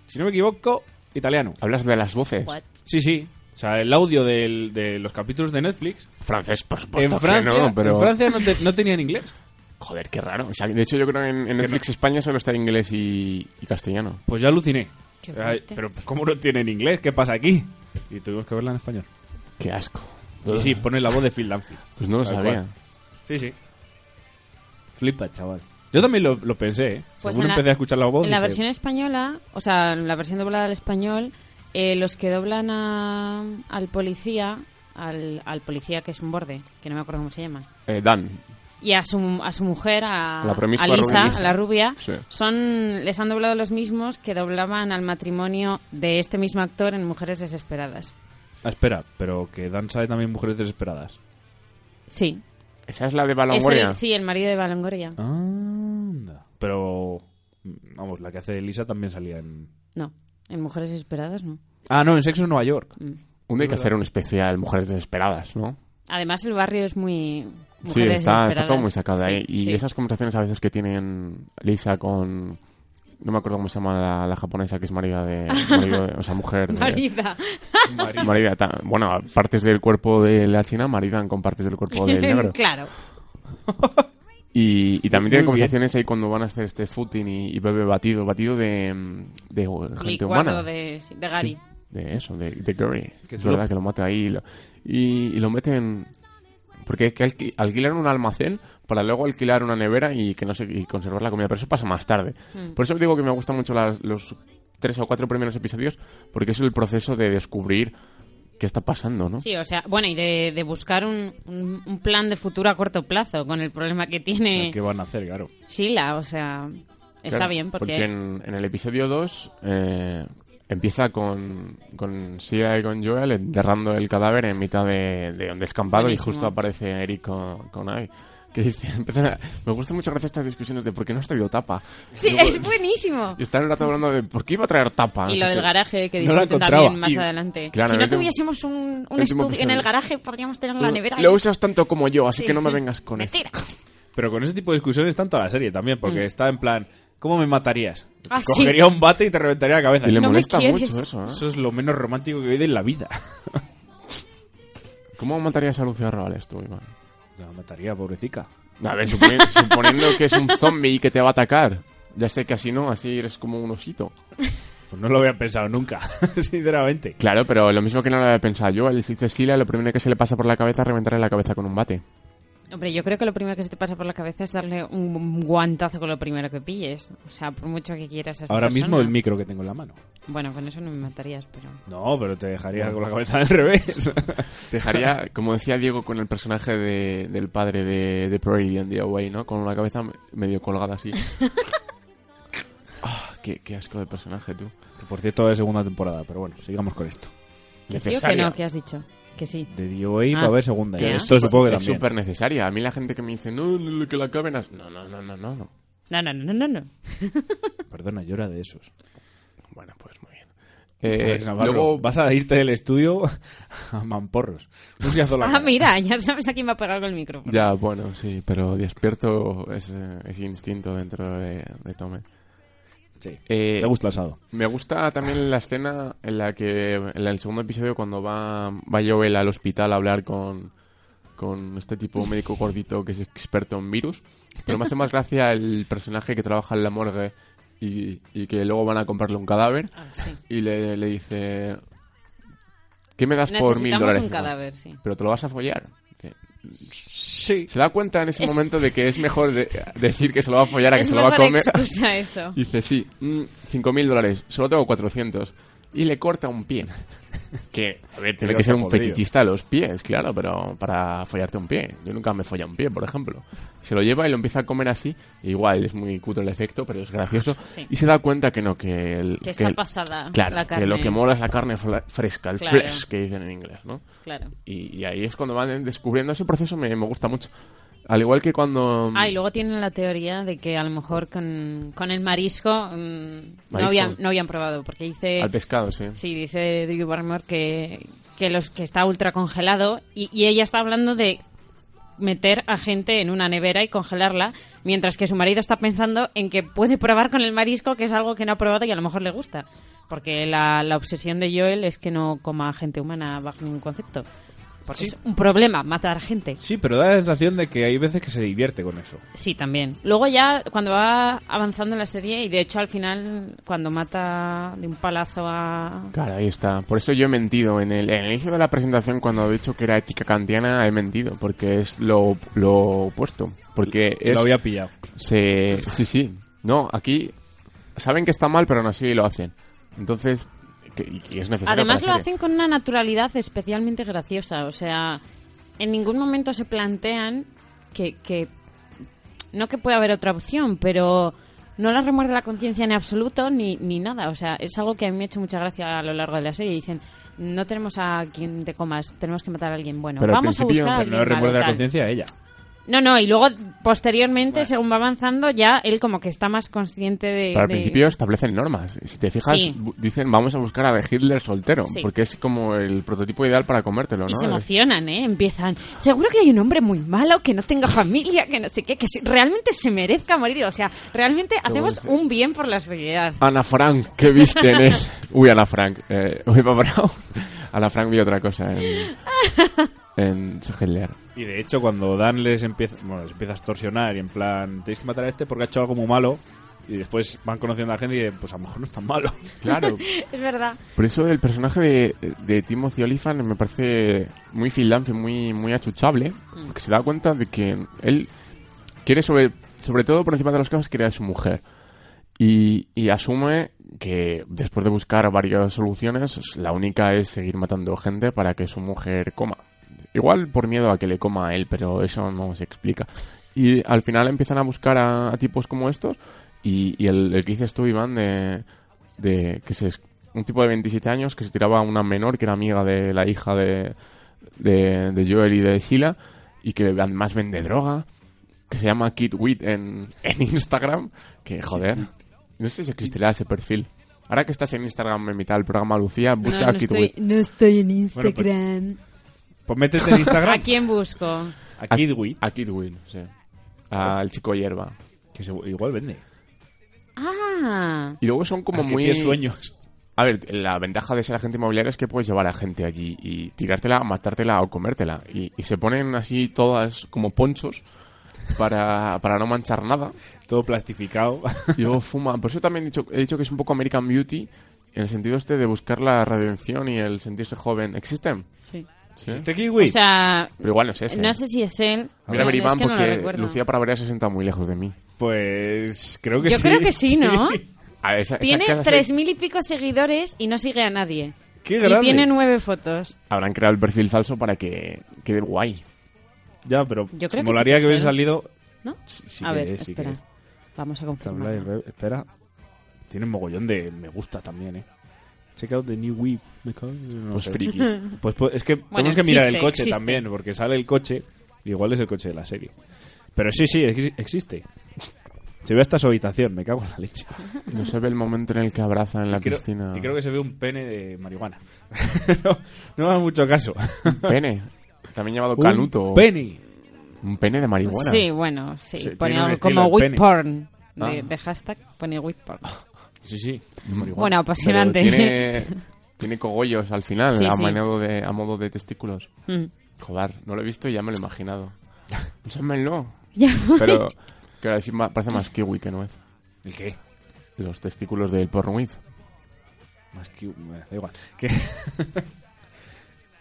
Speaker 11: si no me equivoco, italiano.
Speaker 10: Hablas de las voces.
Speaker 11: pues,
Speaker 2: What?
Speaker 11: Sí, sí. O sea, el audio del- de los capítulos de Netflix.
Speaker 10: Francés, por supuesto.
Speaker 11: En
Speaker 10: que
Speaker 11: Francia,
Speaker 10: Pues no, pero...
Speaker 11: en Francia no, te- no tenían inglés.
Speaker 10: Joder, qué raro. O sea, de hecho, yo creo que en, en
Speaker 11: no.
Speaker 10: Netflix España solo está inglés y, y castellano.
Speaker 11: Pues yo aluciné.
Speaker 2: Qué
Speaker 11: Ay,
Speaker 2: fuerte.
Speaker 11: pero pues, ¿cómo no tienen inglés? ¿Qué pasa aquí? Y tuvimos que verla en español.
Speaker 10: Qué asco.
Speaker 11: Y sí, pone la voz de Phil Dunphy.
Speaker 10: Pues no lo
Speaker 11: Tal
Speaker 10: sabía.
Speaker 11: cual. Sí, sí. Flipa, chaval. Yo también lo, lo pensé, ¿eh?
Speaker 2: Pues
Speaker 11: Según
Speaker 2: en la-
Speaker 11: empecé a escuchar la voz.
Speaker 2: En la
Speaker 11: dije,
Speaker 2: versión española, o sea, en la versión doblada al español, eh, los que doblan a- al policía, al, al policía que es un borde, que no me acuerdo cómo se llama,
Speaker 10: Eh, Dan.
Speaker 2: y a su, a su mujer, a,
Speaker 10: La promiscua
Speaker 2: a Lisa,
Speaker 10: rubia Lisa.
Speaker 2: a la rubia,
Speaker 10: Sí.
Speaker 2: son les han doblado los mismos que doblaban al matrimonio de este mismo actor en Mujeres Desesperadas.
Speaker 11: Ah, espera, pero que Dan sale también Mujeres Desesperadas.
Speaker 2: Sí.
Speaker 10: Esa es la de
Speaker 2: Es
Speaker 10: Balongoria.
Speaker 2: el- sí, el marido de Balongoria.
Speaker 10: Ah.
Speaker 11: Anda. Pero, mm, vamos, la que hace Elisa también salía en...
Speaker 2: No, en Mujeres Desesperadas no.
Speaker 11: Ah, no, en Sexo en
Speaker 2: [LAUGHS]
Speaker 11: Nueva York.
Speaker 2: Mm.
Speaker 10: Un día hay que hacer un especial Mujeres Desesperadas, ¿no?
Speaker 2: Además, el barrio es muy.
Speaker 10: Sí,
Speaker 2: Mujeres
Speaker 10: está, está
Speaker 2: Desesperadas.
Speaker 10: todo muy sacado de
Speaker 2: Sí,
Speaker 10: ahí. Y
Speaker 2: sí. [LAUGHS]
Speaker 10: esas conversaciones a veces que tienen Lisa con... No me acuerdo cómo se llama la, la japonesa que es marida de... marido de- o sea, mujer de...
Speaker 2: Marida.
Speaker 10: marida, ta- bueno, a partes del cuerpo de la china maridan con partes del
Speaker 2: [LAUGHS]
Speaker 10: cuerpo del negro.
Speaker 2: claro.
Speaker 10: Y, y también tienen
Speaker 11: Muy bien.
Speaker 10: conversaciones ahí cuando van a hacer este footing y, y bebe batido, batido de, mm, de, eh, gente humana.
Speaker 2: Licuado de, sí, de Gary.
Speaker 10: Sí, de eso, de, de Gary.
Speaker 11: Que
Speaker 10: es
Speaker 11: tú lo-
Speaker 10: verdad que lo mata ahí y lo, y, y lo meten. Porque hay que alqui- alquilar un almacén para luego alquilar una nevera y que no sé y conservar la comida. Pero eso pasa más tarde.
Speaker 2: Mm.
Speaker 10: Por eso digo que me gustan mucho las- los tres o cuatro primeros episodios porque es el proceso de descubrir qué está pasando, ¿no?
Speaker 2: Sí, o sea, bueno, y de, de buscar un, un- un plan de futuro a corto plazo con el problema que tiene
Speaker 11: ¿Qué van a hacer, claro?
Speaker 2: Sheila, o sea, está
Speaker 10: Ah, Claro,
Speaker 2: bien porque...
Speaker 10: en, en el episodio 2 eh, empieza con, con Sia y con Joel enterrando el cadáver en mitad de, de un descampado
Speaker 2: Buenísimo.
Speaker 10: y justo aparece Eric con, con Abby. Que [LAUGHS] dice- empiezan a- me gusta mucho gracias estas discusiones de por qué no has traído tapa.
Speaker 2: [LAUGHS] Sí,
Speaker 10: Luego-
Speaker 2: es buenísimo.
Speaker 10: Y están un rato hablando de por qué iba a traer tapa.
Speaker 2: Y
Speaker 10: Ah, no
Speaker 2: lo
Speaker 10: sé
Speaker 2: del
Speaker 10: qué.
Speaker 2: garaje que
Speaker 11: No la
Speaker 2: discuten
Speaker 11: encontraba.
Speaker 2: también más
Speaker 10: Y-
Speaker 2: adelante.
Speaker 10: claro,
Speaker 2: si no
Speaker 10: en el último-
Speaker 2: tuviésemos un, un
Speaker 10: último
Speaker 2: estudio en el
Speaker 10: episodio.
Speaker 2: garaje, podríamos tener la nevera.
Speaker 10: Lo
Speaker 2: ahí.
Speaker 10: usas tanto como yo, así
Speaker 2: Sí.
Speaker 10: que no me vengas
Speaker 2: [LAUGHS]
Speaker 10: con esto.
Speaker 2: Mentira.
Speaker 11: Pero con ese tipo de discusiones tanto a la serie también, porque
Speaker 2: Mm.
Speaker 11: está en plan, ¿cómo me matarías?
Speaker 2: Ah, sí.
Speaker 11: Cogería un bate y te reventaría la cabeza.
Speaker 10: Y le
Speaker 2: No me
Speaker 10: molesta
Speaker 2: quieres.
Speaker 10: mucho eso. ¿eh?
Speaker 11: Eso es lo menos romántico que he oído en la vida.
Speaker 10: ¿eh? ¿Cómo matarías a Lucía Rivales tú, Iván?
Speaker 11: [LAUGHS] Ya me mataría, pobrecita.
Speaker 10: A ver, suponi- [LAUGHS] suponiendo que es un zombie y que te va a atacar. Ya sé que así no, así eres como un osito.
Speaker 11: Pues no lo había pensado nunca, [LAUGHS] sinceramente.
Speaker 10: Claro, pero lo mismo que no lo había pensado yo. El dice Sila, lo primero que se le pasa por la cabeza es reventarle la cabeza con un bate.
Speaker 2: Hombre, yo creo que lo primero que se te pasa por la cabeza es darle un guantazo con lo primero que pilles. O sea, por mucho que quieras a esa
Speaker 11: Ahora mismo
Speaker 2: persona.
Speaker 11: el micro que tengo en la mano.
Speaker 2: Bueno, con eso no me matarías, pero...
Speaker 11: No, pero te dejaría con la cabeza al revés.
Speaker 10: Te Dejaría, [LAUGHS] como decía Diego, con el personaje de- del padre de, de Prairie and the Away, ¿no? Con una cabeza me- medio colgada [LAUGHS] así. Ah, qué, qué asco de personaje, tú.
Speaker 11: [LAUGHS] Que, Por cierto, es segunda temporada, pero bueno, sigamos con esto.
Speaker 2: ¿Que sí o que no? ¿Qué has dicho? Que sí.
Speaker 11: De DOA va
Speaker 2: Ah.
Speaker 11: a haber segunda.
Speaker 2: Ya.
Speaker 11: ya. Esto supongo que
Speaker 10: es
Speaker 11: también.
Speaker 10: súper necesaria. A mí la gente que me dice, no, no, no, que la acaben... as-". No, no, no, no, no, no.
Speaker 2: No, no, no, no, no.
Speaker 11: Perdona, yo era de esos.
Speaker 10: Bueno, pues muy bien.
Speaker 11: Pues,
Speaker 10: Eh,
Speaker 11: Navarro,
Speaker 10: luego
Speaker 11: vas a irte del estudio [LAUGHS] a mamporros. Un sillazo a la
Speaker 2: Ah,
Speaker 11: cara.
Speaker 2: mira, ya sabes a quién va a pegar con el micrófono.
Speaker 10: Ya, eh, bueno, sí, pero despierto ese, ese instinto dentro de, de Tome.
Speaker 11: Sí. Eh, ¿Te gusta el asado?
Speaker 10: Me gusta también la escena en la que, en la- el segundo episodio, cuando va, va Joel al hospital a hablar con, con este tipo un médico gordito que es experto en virus. Pero me hace más gracia el personaje que trabaja en la morgue y, y que luego van a comprarle un cadáver.
Speaker 2: Ah,
Speaker 10: Y le, le dice: ¿Qué me das por mil
Speaker 2: Necesitamos
Speaker 10: dólares?
Speaker 2: un cadáver, sí.
Speaker 10: Pero te lo vas a follar. Dice,
Speaker 11: Sí.
Speaker 10: Se da cuenta en ese
Speaker 2: Es-
Speaker 10: momento de que es mejor de- decir que se lo va a follar a que
Speaker 2: Es
Speaker 10: se lo va a
Speaker 2: mejor
Speaker 10: comer.
Speaker 2: excusa eso.
Speaker 10: Y [LAUGHS] Dice, sí, mm, 5.000 dólares, solo tengo 400. Y le corta un pie. Que, a ver, tiene que ser un fetichista de los pies, claro, pero para follarte un pie. Yo nunca me folla un pie, por ejemplo. Se lo lleva y lo empieza a comer así. Igual, es muy cutre el efecto, pero es gracioso.
Speaker 2: [LAUGHS] Sí.
Speaker 10: Y se da cuenta que no, que... el-
Speaker 2: Que está
Speaker 10: el-
Speaker 2: pasada
Speaker 10: Claro,
Speaker 2: la carne.
Speaker 10: que lo que mola es la carne fla- fresca, el
Speaker 2: Claro.
Speaker 10: flesh, que dicen en inglés, ¿no?
Speaker 2: Claro.
Speaker 10: Y, y ahí es cuando van descubriendo ese proceso, me, me gusta mucho. Al igual que cuando...
Speaker 2: Ah, y luego tienen la teoría de que a lo mejor con, con el marisco, mm, No,
Speaker 10: Marisco.
Speaker 2: habían, no habían probado, porque dice...
Speaker 10: Al pescado, sí.
Speaker 2: Sí, dice Drew Barrymore que, que, los, que está ultra congelado y, y ella está hablando de meter a gente en una nevera y congelarla, mientras que su marido está pensando en que puede probar con el marisco, que es algo que no ha probado y a lo mejor le gusta. Porque la, la obsesión de Joel es que no coma gente humana bajo ningún concepto. Porque
Speaker 11: Sí.
Speaker 2: es un problema matar gente.
Speaker 11: Sí, pero da la sensación de que hay veces que se divierte con eso.
Speaker 2: Sí, también. Luego ya, cuando va avanzando la serie, y de hecho al final, cuando mata de un palazo a...
Speaker 10: Claro, ahí está. Por eso yo he mentido. En el, en el inicio de la presentación, cuando he dicho que era ética kantiana, he mentido, porque es lo, lo opuesto. Porque es,
Speaker 11: Lo había pillado.
Speaker 10: se- sí, sí. No, aquí saben que está mal, pero aún así lo hacen. Entonces, que- y es necesario.
Speaker 2: Además
Speaker 10: para
Speaker 2: lo
Speaker 10: la serie.
Speaker 2: hacen con una naturalidad especialmente graciosa. O sea, en ningún momento se plantean que, que- no que pueda haber otra opción, pero no la remuerde la conciencia en absoluto ni, ni nada. O sea, es algo que a mí me ha hecho mucha gracia a lo largo de la serie. Dicen, no tenemos a quien te comas, tenemos que matar a alguien bueno.
Speaker 11: Pero al
Speaker 2: Vamos a
Speaker 11: principio-
Speaker 2: buscar a
Speaker 11: pero
Speaker 2: alguien
Speaker 11: no remuerde
Speaker 2: malo,
Speaker 11: la
Speaker 2: tal".
Speaker 11: conciencia a ella.
Speaker 2: No, no, y luego posteriormente, según va avanzando, ya él como que está más consciente de...
Speaker 10: Pero al
Speaker 2: de-
Speaker 10: principio establecen normas. Si te fijas,
Speaker 2: Sí.
Speaker 10: bu- dicen vamos a buscar a Hitler soltero,
Speaker 2: Sí.
Speaker 10: porque es como el prototipo ideal para comértelo, ¿no?
Speaker 2: Y se
Speaker 10: Es-
Speaker 2: emocionan, ¿eh? Empiezan. Seguro que hay un hombre muy malo, que no tenga familia, que no sé qué, que se- realmente se merezca morir. O sea, realmente hacemos
Speaker 10: bueno,
Speaker 2: un bien por la sociedad.
Speaker 10: Ana Frank, ¿qué viste [LAUGHS] en él? Uy, Ana Frank. Eh, uy, Eva Braun. Ana Frank vi otra cosa en, en Hitler.
Speaker 11: Y de hecho, cuando Dan les empieza, bueno, les empieza a extorsionar y en plan, tenéis que matar a este porque ha hecho algo muy malo. Y después van conociendo a la gente y dicen, pues a lo mejor no es tan malo. [LAUGHS]
Speaker 10: Claro.
Speaker 2: [LAUGHS] Es verdad.
Speaker 10: Por eso el personaje de, de Timothy Olyphant me parece muy filante, muy, muy achuchable. Porque se da cuenta de que él quiere, sobre, sobre todo por encima de las cosas, querer a su mujer. Y, y asume que después de buscar varias soluciones, la única es seguir matando gente para que su mujer coma. Igual por miedo a que le coma a él, pero eso no se explica. Y al final empiezan a buscar a, a tipos como estos. Y, y el, el que dices tú, Iván, de, de que se, es- un tipo de 27 años que se tiraba a una menor que era amiga de la hija de, de, de Joel y de Sheila. Y que además vende droga. Que se llama Kid Wit en, en Instagram. Que joder. No sé si existirá ese perfil. Ahora que estás en Instagram en mitad del programa, Lucía, busca a Kid Wit.
Speaker 2: en
Speaker 11: Bueno, pues-
Speaker 2: [LAUGHS]
Speaker 11: Pues métete en
Speaker 2: ¿A
Speaker 11: Instagram
Speaker 2: quién busco?
Speaker 11: a Kidwit,
Speaker 10: A Kidwin, sí. Al chico hierba.
Speaker 11: que se- igual vende.
Speaker 2: Ah,
Speaker 10: Y luego son como
Speaker 11: Al que
Speaker 10: muy.
Speaker 11: tiene sueños. [LAUGHS]
Speaker 10: A ver, la ventaja de ser agente inmobiliario es que puedes llevar a gente allí y tirártela, matártela o comértela. Y, y se ponen así todas como ponchos para, [LAUGHS] para no manchar nada.
Speaker 11: Todo
Speaker 2: [LAUGHS]
Speaker 11: plastificado.
Speaker 10: Y luego fuman. Por eso también he dicho, he dicho que es un poco American Beauty en el sentido este de buscar la redención y el sentirse joven. ¿Existen?
Speaker 2: sí.
Speaker 10: Sí.
Speaker 11: ¿Este
Speaker 2: O
Speaker 11: Kidwit?
Speaker 2: sea,
Speaker 10: Pero igual no es ese.
Speaker 2: no sé si es él.
Speaker 10: Voy a ver,
Speaker 2: Es
Speaker 10: Iván,
Speaker 2: que no lo
Speaker 10: porque
Speaker 2: recuerdo.
Speaker 10: Lucía Pravera se sienta muy lejos de mí.
Speaker 11: Pues creo que
Speaker 2: Yo
Speaker 11: sí.
Speaker 2: creo que
Speaker 11: [LAUGHS]
Speaker 2: sí, ¿no?
Speaker 10: A ver, esa- esa
Speaker 2: Tiene
Speaker 10: casa se-
Speaker 2: tres mil y pico seguidores y no sigue a nadie.
Speaker 11: Qué
Speaker 2: Y
Speaker 11: grande.
Speaker 2: tiene nueve fotos.
Speaker 10: Habrán creado el perfil falso para que quede guay.
Speaker 11: Ya, pero
Speaker 2: Yo creo que
Speaker 11: molaría
Speaker 2: sí que
Speaker 11: que hubiese
Speaker 2: sale.
Speaker 11: salido...
Speaker 2: ¿No?
Speaker 11: Sí- sí
Speaker 2: a
Speaker 11: que
Speaker 2: ver,
Speaker 11: es, sí que
Speaker 2: espera.
Speaker 11: es.
Speaker 2: Vamos a
Speaker 11: Tabla y
Speaker 2: confirmar.
Speaker 11: re- Espera. Tiene un mogollón de me gusta también, eh. Check out the new whip. Me cago en- no
Speaker 10: Pues
Speaker 11: sé.
Speaker 10: friki.
Speaker 11: [LAUGHS] Pues, pues, es que tenemos que
Speaker 2: existe,
Speaker 11: mirar el coche
Speaker 2: existe.
Speaker 11: también, porque sale el coche. y Igual es el coche de la serie. Pero sí, sí, ex- existe. Se ve hasta su habitación, me cago en la leche.
Speaker 10: No se ve el momento en el que abraza en la
Speaker 11: y, creo,
Speaker 10: piscina.
Speaker 11: y creo que se ve un pene de marihuana. [LAUGHS] no, no me hagas mucho caso.
Speaker 10: Pene. También llamado canuto.
Speaker 11: Un pene.
Speaker 10: Un pene de marihuana.
Speaker 2: Sí, bueno, sí.
Speaker 11: Sí,
Speaker 2: pone
Speaker 11: tiene un
Speaker 2: algo
Speaker 11: estilo
Speaker 2: como
Speaker 11: el
Speaker 2: whip
Speaker 11: pene.
Speaker 2: porn. De,
Speaker 10: Ah.
Speaker 2: de hashtag pone whip porn.
Speaker 11: Sí, sí. [LAUGHS]
Speaker 2: Bueno, apasionante.
Speaker 10: Pero Tiene,
Speaker 2: [LAUGHS]
Speaker 10: tiene cogollos al final,
Speaker 2: Sí,
Speaker 10: a,
Speaker 2: sí.
Speaker 10: modo de, a modo de testículos.
Speaker 2: Mm.
Speaker 10: Joder, no lo he visto y ya me lo he
Speaker 11: [LAUGHS]
Speaker 10: imaginado. Échamelo.
Speaker 2: [LAUGHS] Ya voy.
Speaker 10: Pero que ahora sí ma- parece más kiwi que nuez.
Speaker 11: ¿El qué?
Speaker 10: Los testículos del pornuiz.
Speaker 11: Más que... bueno, Da igual. Que- [LAUGHS]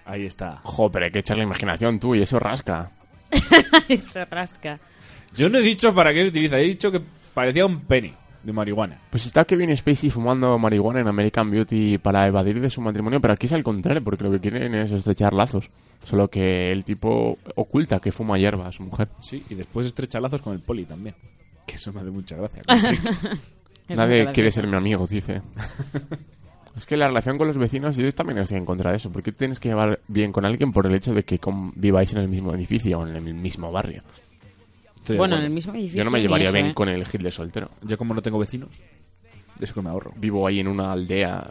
Speaker 11: Ahí está.
Speaker 10: Jo, pero hay que echarle imaginación tú y eso rasca.
Speaker 2: Eso rasca.
Speaker 11: Yo no he dicho para qué se utiliza, he dicho que parecía un penny de marihuana.
Speaker 10: Pues está Kevin Spacey fumando marihuana en American Beauty para evadir de su matrimonio, pero aquí es al contrario, porque lo que quieren es estrechar lazos. Solo que el tipo oculta que fuma hierba a su mujer.
Speaker 11: Sí, y después estrecha lazos con el poli también. Que eso me hace mucha [LAUGHS] gracia.
Speaker 2: Es muy
Speaker 10: Nadie
Speaker 2: gracioso.
Speaker 10: quiere ser mi amigo,
Speaker 2: [LAUGHS]
Speaker 10: dice. es que la relación con los vecinos, yo también estoy en contra de eso. ¿Por qué tienes que llevar bien con alguien por el hecho de que conviváis en el mismo edificio o en el mismo barrio?
Speaker 11: Estoy de
Speaker 2: Bueno, en
Speaker 11: acuerdo.
Speaker 2: el mismo edificio.
Speaker 10: Yo no me
Speaker 2: ni
Speaker 10: llevaría
Speaker 2: eso,
Speaker 10: bien
Speaker 2: ¿eh?
Speaker 10: con el Hitler soltero.
Speaker 11: Yo como no tengo vecinos, de eso que me ahorro.
Speaker 10: Vivo ahí en una aldea.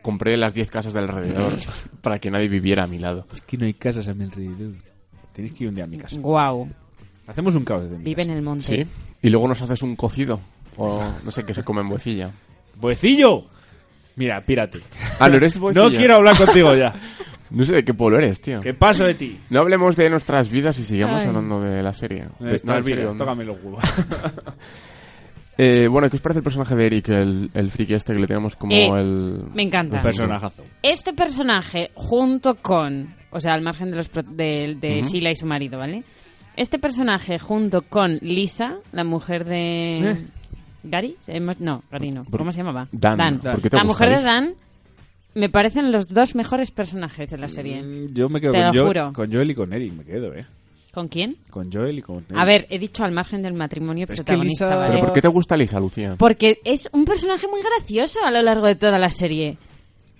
Speaker 10: Compré las 10 casas de
Speaker 2: [LAUGHS]
Speaker 10: alrededor para que nadie viviera a mi lado.
Speaker 11: Es que no hay casas a mi alrededor. Tenéis que ir un día a mi casa.
Speaker 2: Guau.
Speaker 11: Hacemos un caos de mi
Speaker 2: Vive en
Speaker 11: casa.
Speaker 2: el monte.
Speaker 10: Sí. Y luego nos haces un cocido. O no sé qué se come
Speaker 2: [LAUGHS]
Speaker 10: en Buecilla.
Speaker 11: ¡Buecillo! Mira, pírate.
Speaker 10: Ah, no eres
Speaker 11: No
Speaker 10: Buecilla.
Speaker 11: quiero hablar contigo [LAUGHS] ya.
Speaker 10: No sé de qué pueblo eres, tío.
Speaker 11: ¿Qué paso de ti?
Speaker 10: No hablemos de nuestras vidas y sigamos
Speaker 2: Ay.
Speaker 10: hablando de la serie. De-
Speaker 11: Eh, Está
Speaker 10: no,
Speaker 11: el
Speaker 10: en serio,
Speaker 11: virus,
Speaker 10: no.
Speaker 11: tócame los [LAUGHS] huevos.
Speaker 10: Eh, bueno, ¿qué os parece el personaje de Eric, el, el friki este que le tenemos como
Speaker 2: Eh,
Speaker 10: el...
Speaker 2: Me encanta.
Speaker 11: Un personajazo.
Speaker 2: Este personaje, junto con. O sea, al margen de, los, pro- de, de
Speaker 10: Ujú.
Speaker 2: Sheila y su marido, ¿vale? Este personaje, junto con Lisa, la mujer de.
Speaker 11: Eh.
Speaker 2: ¿Gary? Hemos- No, Gary no.
Speaker 10: Por-
Speaker 2: ¿Cómo se llamaba?
Speaker 10: Dan.
Speaker 11: Dan.
Speaker 10: ¿Por qué te
Speaker 2: La
Speaker 10: gusta,
Speaker 2: mujer de
Speaker 10: Liz?
Speaker 2: Dan me parecen los dos mejores personajes de la serie. ¿eh?
Speaker 11: Mm, Yo me quedo
Speaker 2: Te
Speaker 11: con,
Speaker 2: lo
Speaker 11: Jo-
Speaker 2: juro.
Speaker 11: con Joel y con Eric, me quedo, ¿eh?
Speaker 2: ¿Con quién?
Speaker 11: Con Joel y con Eric.
Speaker 2: A ver, he dicho al margen del matrimonio
Speaker 11: Pero es que
Speaker 2: protagonista,
Speaker 11: Lisa-
Speaker 2: ¿vale?
Speaker 10: ¿Pero por qué te gusta Lisa, Lucía?
Speaker 2: Porque es un personaje muy gracioso a lo largo de toda la serie.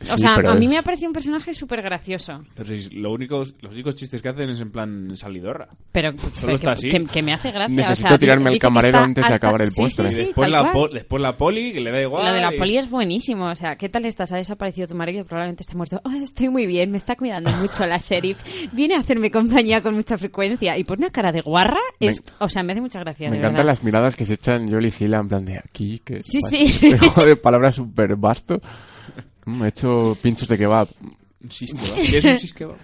Speaker 10: Sí,
Speaker 2: o sea,
Speaker 10: pero
Speaker 2: a mí
Speaker 10: es-
Speaker 2: me ha parecido un personaje súper gracioso.
Speaker 11: Entonces, lo único, los únicos chistes que hacen es en plan salidorra.
Speaker 2: Pero pero que,
Speaker 11: está así.
Speaker 2: que- que me hace gracia.
Speaker 10: Necesito
Speaker 2: o sea,
Speaker 10: tirarme al
Speaker 2: dice que
Speaker 10: camarero
Speaker 2: está
Speaker 10: antes de
Speaker 2: harta-
Speaker 10: acabar el
Speaker 2: Sí,
Speaker 10: postre.
Speaker 2: Sí,
Speaker 11: y
Speaker 2: sí,
Speaker 11: después
Speaker 2: tal
Speaker 11: la,
Speaker 2: cual.
Speaker 11: po- después la poli, que le da igual.
Speaker 2: Lo de la
Speaker 11: y- [LAUGHS]
Speaker 2: poli es buenísimo. O sea, ¿qué tal estás? Ha desaparecido tu marido, probablemente está muerto. [LAUGHS] Oh, estoy muy bien, me está cuidando mucho la sheriff. Viene a hacerme compañía con mucha frecuencia y pone una cara de guarra.
Speaker 10: Me-
Speaker 2: Es, o sea, me hace mucha gracia.
Speaker 10: Me
Speaker 2: de
Speaker 10: encantan
Speaker 2: verdad.
Speaker 10: las miradas que se echan Joel y Sila en plan de aquí, que
Speaker 2: Sí,
Speaker 10: pas-
Speaker 2: sí.
Speaker 10: [LAUGHS] este juego de palabras súper vasto. Mm, He hecho pinchos de kebab.
Speaker 11: Un shish kebab. ¿Qué es un
Speaker 2: [LAUGHS]
Speaker 11: shish kebab?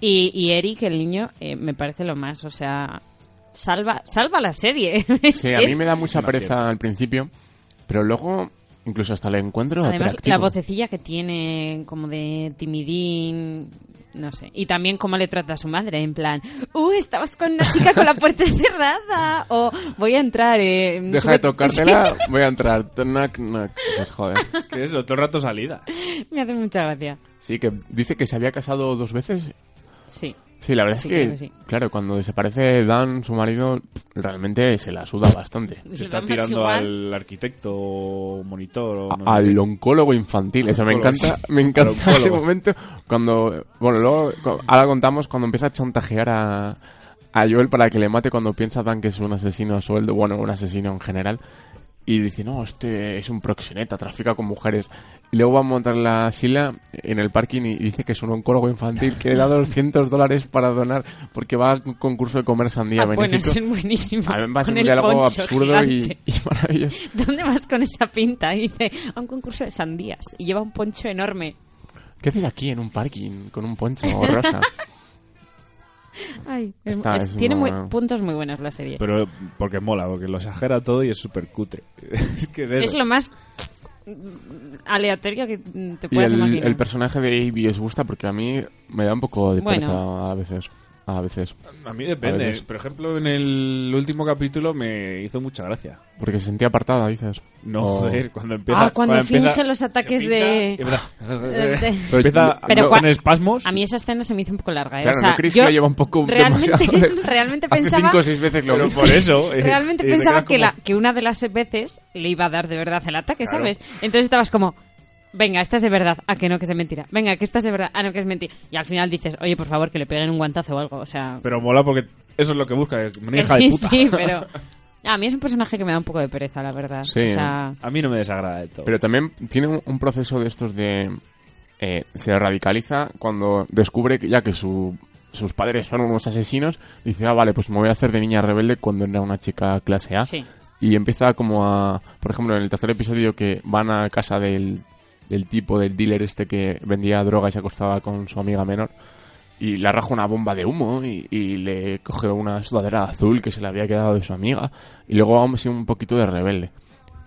Speaker 2: Y, y Eric, el niño, eh, me parece lo más. O sea, salva, salva la serie. [LAUGHS]
Speaker 10: Sí, a
Speaker 2: Es-
Speaker 10: mí me da mucha
Speaker 11: no
Speaker 10: pereza
Speaker 11: cierto.
Speaker 10: al principio, pero luego incluso hasta le encuentro
Speaker 2: Además,
Speaker 10: atractivo.
Speaker 2: la vocecilla que tiene como de timidín, no sé. Y también cómo le trata a su madre, en plan, ¡Uh, estabas con una chica
Speaker 10: [LAUGHS]
Speaker 2: con la puerta cerrada! O voy a entrar, eh,
Speaker 10: Deja
Speaker 2: sube-
Speaker 10: de tocártela, voy a entrar. Knock, knock. Pues joder.
Speaker 11: ¿Qué es? Otro rato salida.
Speaker 2: [LAUGHS] Sí, me hace mucha gracia.
Speaker 10: Sí, que dice que se había casado dos veces
Speaker 2: Sí.
Speaker 10: Sí, la verdad
Speaker 2: Sí,
Speaker 10: es que,
Speaker 2: creo que sí.
Speaker 10: claro, cuando desaparece Dan, su marido, pff, realmente se la suda bastante.
Speaker 11: Se
Speaker 2: Le
Speaker 11: está
Speaker 2: da más
Speaker 11: tirando
Speaker 2: igual.
Speaker 11: al arquitecto o monitor o no sé
Speaker 10: A-
Speaker 11: qué.
Speaker 10: al oncólogo infantil, eso me
Speaker 11: Oncólogo,
Speaker 10: encanta,
Speaker 11: sí.
Speaker 10: me
Speaker 11: Al
Speaker 10: encanta
Speaker 11: oncólogo.
Speaker 10: ese momento cuando, bueno, luego, cu- ahora contamos cuando empieza a chantajear a, a Joel para que le mate cuando piensa Dan que es un asesino a sueldo, bueno, un asesino en general, y dice, no, este es un proxeneta, trafica con mujeres. Y luego va a montar la Sila en el parking y dice que es un oncólogo infantil que le da 200 dólares para donar porque va a un concurso de comer sandía
Speaker 2: Ah, bueno,
Speaker 10: benéfico.
Speaker 2: es buenísimo.
Speaker 10: A mí me parece
Speaker 2: Con
Speaker 10: un
Speaker 2: el
Speaker 10: diálogo
Speaker 2: poncho
Speaker 10: absurdo y,
Speaker 2: gigante. [LAUGHS]
Speaker 10: y maravilloso.
Speaker 2: ¿Dónde vas con esa pinta? Y dice, a un concurso de sandías. Y lleva un poncho enorme.
Speaker 10: ¿Qué haces aquí en un parking con
Speaker 2: [LAUGHS]
Speaker 10: un poncho rosa?
Speaker 2: Ay, es-
Speaker 10: Está,
Speaker 2: es-
Speaker 10: es
Speaker 2: tiene
Speaker 10: una-
Speaker 2: muy- puntos muy buenos la serie.
Speaker 11: Pero porque mola, porque lo exagera todo y es súper cutre. [LAUGHS] es que es eso.
Speaker 2: es lo más mm, aleatorio que mm, te
Speaker 10: y
Speaker 2: puedas
Speaker 10: el,
Speaker 2: imaginar.
Speaker 10: el personaje de Ivy os gusta porque a mí me da un poco de pereza
Speaker 2: Bueno.
Speaker 10: a veces. A veces.
Speaker 11: A mí
Speaker 10: A
Speaker 11: depende.
Speaker 10: veces.
Speaker 11: Por ejemplo, en el último capítulo me hizo mucha gracia.
Speaker 10: Porque se sentía apartada, dices.
Speaker 11: No,
Speaker 10: O-
Speaker 11: joder, cuando empieza...
Speaker 2: Ah, cuando
Speaker 11: empieza-
Speaker 2: finge los ataques
Speaker 11: se pincha
Speaker 2: de-
Speaker 11: y empieza-
Speaker 2: de-
Speaker 11: Eh. Empieza
Speaker 2: Pero
Speaker 11: con-
Speaker 2: cua-
Speaker 11: con espasmos.
Speaker 2: [LAUGHS] A mí esa escena se me hizo un poco larga. ¿eh?
Speaker 10: Claro,
Speaker 2: o sea,
Speaker 10: ¿no creéis
Speaker 2: yo
Speaker 10: que lo lleva un poco
Speaker 2: realmente,
Speaker 10: demasiado?
Speaker 2: [LAUGHS] realmente
Speaker 10: Hace
Speaker 2: pensaba,
Speaker 10: cinco o seis veces lo
Speaker 2: [LAUGHS]
Speaker 11: Pero
Speaker 10: mismo.
Speaker 11: por eso... eh,
Speaker 2: realmente
Speaker 11: y te
Speaker 2: pensaba
Speaker 11: quedas
Speaker 2: que,
Speaker 11: como-
Speaker 2: la, que una de las veces le iba a dar de verdad el ataque,
Speaker 11: Claro.
Speaker 2: ¿sabes? Entonces estabas como, venga, esta es de verdad, ah, que no, que es de mentira. Venga, que esta es de verdad, ah, no, que es mentira. Y al final dices, oye, por favor, que le peguen un guantazo o algo. O sea,
Speaker 11: Pero mola porque eso es lo que busca. eh, una
Speaker 2: que
Speaker 11: hija
Speaker 2: [LAUGHS] sí,
Speaker 11: de puta.
Speaker 2: sí, pero... A mí es un personaje que me da un poco de pereza, la verdad.
Speaker 10: Sí.
Speaker 2: O sea,
Speaker 11: A mí no me desagrada de
Speaker 10: [LAUGHS]
Speaker 11: todo.
Speaker 10: Pero también tiene un, un proceso de estos de... eh, se radicaliza cuando descubre que ya que su- sus padres son unos asesinos. Dice, ah, vale, pues me voy a hacer de niña rebelde cuando era una chica clase A.
Speaker 2: sí.
Speaker 10: y empieza como a... Por ejemplo, en el tercer episodio que van a casa del, del tipo, del dealer este que vendía droga y se acostaba con su amiga menor. Y le arraja una bomba de humo y, y le coge una sudadera azul que se le había quedado de su amiga. Y luego vamos a ir un poquito de rebelde.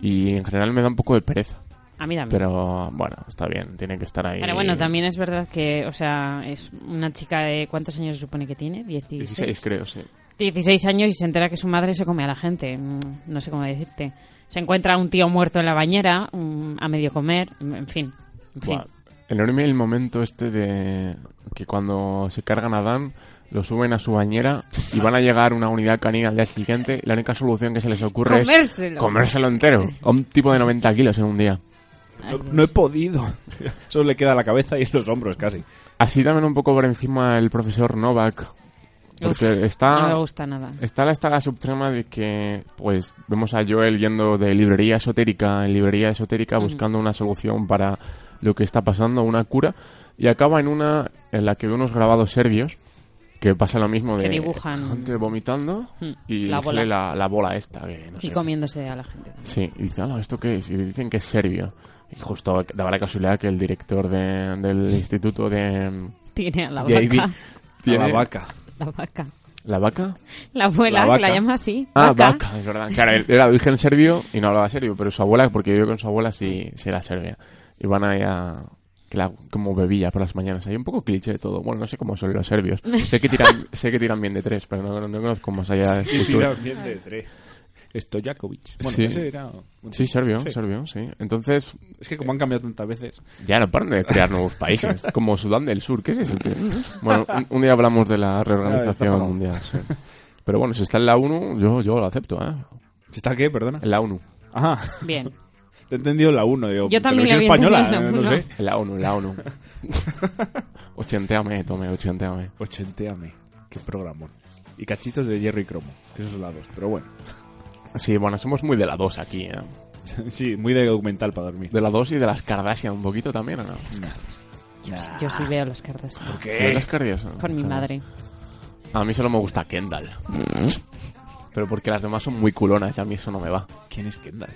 Speaker 10: Y en general me da un poco de pereza.
Speaker 2: A mí también.
Speaker 10: Pero bueno, está bien, tiene que estar ahí.
Speaker 2: Pero bueno, también es verdad que, o sea, es una chica de... ¿Cuántos años se supone que tiene? 16.
Speaker 10: 16 creo, sí.
Speaker 2: 16 años y se entera que su madre se come a la gente. Mm, No sé cómo decirte. Se encuentra un tío muerto en la bañera, mm, a medio comer, mm, en fin. En fin.
Speaker 10: Buah, Enorme el momento este de que cuando se cargan a Dan, lo suben a su bañera y van a llegar una unidad canina al día siguiente. La única solución que se les ocurre
Speaker 2: Comérselo.
Speaker 10: es comérselo entero. A un tipo de 90 kilos en un día.
Speaker 11: No, no he
Speaker 2: pues.
Speaker 11: podido. [LAUGHS] Solo le queda la cabeza y los hombros casi.
Speaker 10: Así también un poco por encima el profesor Novak. Porque
Speaker 2: Uf,
Speaker 10: está,
Speaker 2: No me gusta nada.
Speaker 10: Está la, está la subtrama de que, pues, vemos a Joel yendo de librería esotérica en librería esotérica
Speaker 2: Ujú.
Speaker 10: buscando una solución para lo que está pasando, una cura, y acaba en una en la que ve unos grabados serbios que pasa lo mismo
Speaker 2: Que
Speaker 10: de
Speaker 2: dibujan-
Speaker 10: gente vomitando
Speaker 2: Mm,
Speaker 10: y
Speaker 2: la
Speaker 10: sale
Speaker 2: bola.
Speaker 10: La, la bola esta. que no
Speaker 2: Y
Speaker 10: sé.
Speaker 2: comiéndose a la gente.
Speaker 10: Sí, y dice, "Ala, ¿esto qué es? Y dicen que es serbio. Y justo daba la casualidad que el director de- del instituto de...
Speaker 2: Tiene a la
Speaker 10: de IB
Speaker 2: vaca.
Speaker 10: tiene-
Speaker 2: La vaca.
Speaker 10: ¿La vaca?
Speaker 2: La abuela,
Speaker 10: La vaca.
Speaker 2: que la llama así.
Speaker 10: Ah, vaca, es verdad. Claro, él era de origen serbio y no hablaba serbio, pero su abuela, porque vivió con su abuela, sí, sí era serbia. Y van ahí a... Que la, como bebilla por las mañanas. Hay un poco cliché de todo. Bueno, no sé cómo son los serbios. Sé que tiran, sé que tiran bien de tres, pero no, no conozco más allá de su
Speaker 11: Y
Speaker 10: cultura.
Speaker 11: tira bien de tres. Pues Stojakovic. Bueno,
Speaker 10: Sí.
Speaker 11: ese era...
Speaker 10: Sí, serbio,
Speaker 11: Sí.
Speaker 10: serbio, sí. Entonces,
Speaker 11: Es que como han cambiado tantas veces.
Speaker 10: Ya no paran de crear nuevos
Speaker 11: [LAUGHS]
Speaker 10: países, como Sudán del Sur, ¿qué es eso? tío? Bueno, un, un día hablamos de la
Speaker 11: Ya,
Speaker 10: reorganización
Speaker 11: está
Speaker 10: mundial. sí. Pero bueno, si está en la ONU, yo, yo lo acepto, ¿eh?
Speaker 11: ¿Si está qué? Perdona.
Speaker 10: En la ONU.
Speaker 11: Ajá.
Speaker 2: Bien.
Speaker 11: Te he entendido la 1. Digo,
Speaker 2: Yo también
Speaker 11: televisión
Speaker 2: la había
Speaker 11: española, eh,
Speaker 2: entendido la
Speaker 11: no
Speaker 2: uno.
Speaker 11: sé.
Speaker 10: En la ONU, en la [LAUGHS] ONU. ochenteame, tome, ochenteame.
Speaker 11: Ochenteame. Qué programón. Y cachitos de Jerry Cromo. Que esos son la dos. Pero bueno. [LAUGHS]
Speaker 10: Sí, bueno, somos muy de la 2 aquí, ¿eh?
Speaker 11: sí, muy de documental para dormir.
Speaker 10: De la 2 y de las Kardashian un poquito también, ¿o no?
Speaker 2: Yo, sí- yo sí veo las cartas.
Speaker 10: Sí, las Kardashian.
Speaker 2: Con mi
Speaker 10: Claro.
Speaker 2: madre.
Speaker 10: A mí solo me gusta Kendall. Pero porque las demás son muy culonas y a mí eso no me va.
Speaker 11: ¿Quién es Kendall?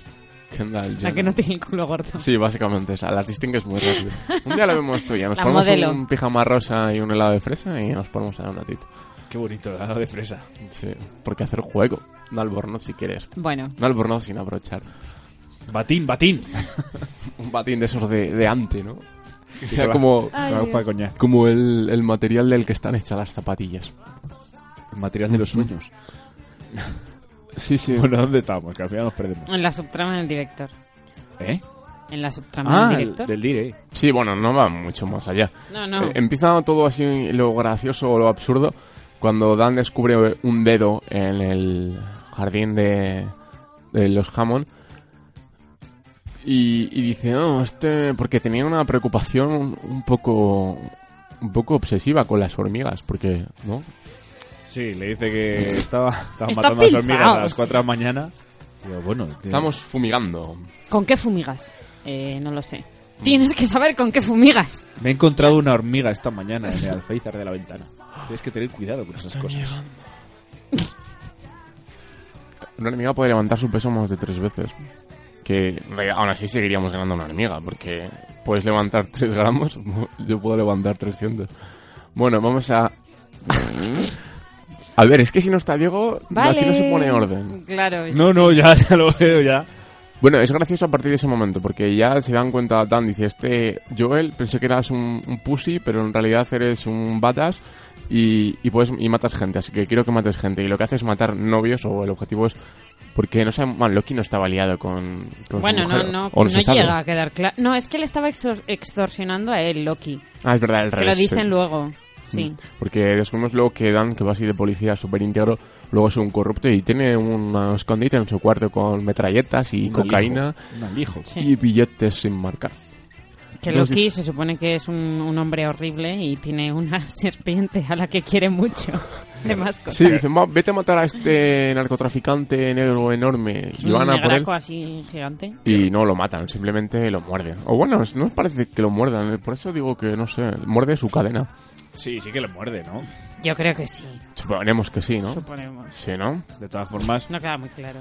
Speaker 10: Kendall,
Speaker 2: La que
Speaker 10: Jenner.
Speaker 2: no tiene el culo gordo.
Speaker 10: Sí, básicamente, o sea, las distingues muy rápido. Un día lo vemos tú y ya nos
Speaker 2: La
Speaker 10: ponemos
Speaker 2: modelo.
Speaker 10: un pijama rosa y un helado de fresa y nos ponemos a dar un ratito.
Speaker 11: Qué bonito, la de fresa.
Speaker 10: Sí, porque hacer juego. Un albornoz si quieres.
Speaker 2: Bueno,
Speaker 10: Un albornoz sin abrochar.
Speaker 11: Batín, batín.
Speaker 10: Un batín de esos de, de ante, ¿no? Que sea
Speaker 11: Con la-
Speaker 10: como,
Speaker 11: con la hoja de coñac.
Speaker 10: [LAUGHS] como el, el material del que están hechas las zapatillas.
Speaker 11: Material de los [LAUGHS] sueños.
Speaker 10: Sí, sí.
Speaker 11: Bueno, ¿dónde estamos? Que al final nos perdemos.
Speaker 2: en la subtrama del director.
Speaker 11: ¿Eh?
Speaker 2: En la subtrama
Speaker 11: Ah,
Speaker 2: del
Speaker 11: el-
Speaker 2: director.
Speaker 11: del dire.
Speaker 10: Sí, bueno, no va mucho más allá.
Speaker 2: No, no.
Speaker 10: Eh, empieza todo así lo gracioso o lo absurdo cuando Dan descubre un dedo en el jardín de, de los Hammond y, y dice, no, este... Porque tenía una preocupación un, un poco... Un poco obsesiva con las hormigas, porque, ¿no?
Speaker 11: Sí, le dice que estaba, estaba
Speaker 2: Está
Speaker 11: matando a las hormigas a
Speaker 2: pinzaos.
Speaker 11: las 4 de la mañana. Digo, bueno, tío.
Speaker 10: Estamos fumigando.
Speaker 2: ¿Con qué fumigas? Eh, no lo sé. Tienes que saber con qué fumigas.
Speaker 11: me he encontrado una hormiga esta mañana en el alféizar de la ventana. Tienes que tener cuidado con esas cosas.
Speaker 10: Una hormiga puede levantar su peso más de tres veces. Que re- aún así seguiríamos ganando una hormiga, porque puedes levantar [LAUGHS] 3 gramos, yo puedo levantar 300. Bueno, vamos a... a ver, es que si no está Diego,
Speaker 2: Vale.
Speaker 10: aquí no se pone orden.
Speaker 2: Claro.
Speaker 11: No, no, ya, [LAUGHS] ya lo veo, ya.
Speaker 10: Bueno, es gracioso a partir de ese momento, porque ya se dan cuenta, Dan dice, este Joel, pensé que eras un, un pussy, pero en realidad eres un badass y, y, puedes, y matas gente, así que quiero que mates gente. Y lo que hace es matar novios, o el objetivo es... Porque no sé, bueno, Loki no estaba liado con, con su
Speaker 2: Bueno, no,
Speaker 10: pues mujer,
Speaker 2: no,
Speaker 10: o
Speaker 2: no
Speaker 10: se sabe.
Speaker 2: llega a quedar claro. No, es que le estaba extor- extorsionando a él, Loki.
Speaker 10: Ah, es verdad, el
Speaker 2: Que
Speaker 10: revés.
Speaker 2: lo dicen
Speaker 10: sí.
Speaker 2: luego. Sí.
Speaker 10: Mm. Porque descubrimos luego que Dan, que va así de policía súper íntegro, luego es un corrupto y tiene un escondite en su cuarto con metralletas y cocaína
Speaker 11: Un alijo.
Speaker 2: Sí.
Speaker 10: y billetes sin marcar.
Speaker 2: Que
Speaker 10: Entonces-
Speaker 2: Loki se supone que es un, un hombre horrible y tiene una [LAUGHS] serpiente a la que quiere
Speaker 10: [LAUGHS]
Speaker 2: mucho. De mascota.
Speaker 10: Sí, dicen, "Va, vete a matar a este narcotraficante negro enorme.
Speaker 2: Es
Speaker 10: Y van
Speaker 2: un
Speaker 10: a por él
Speaker 2: negraco así gigante.
Speaker 10: y no lo matan, simplemente lo muerden. O bueno, no os parece que lo muerdan, eh, por eso digo que, no sé, muerde su cadena.
Speaker 11: Sí, sí que le muerde, ¿no?
Speaker 2: Yo creo que sí,
Speaker 10: Suponemos que sí, ¿no?
Speaker 2: suponemos.
Speaker 10: Sí, ¿no?
Speaker 11: De todas formas,
Speaker 2: No queda muy claro.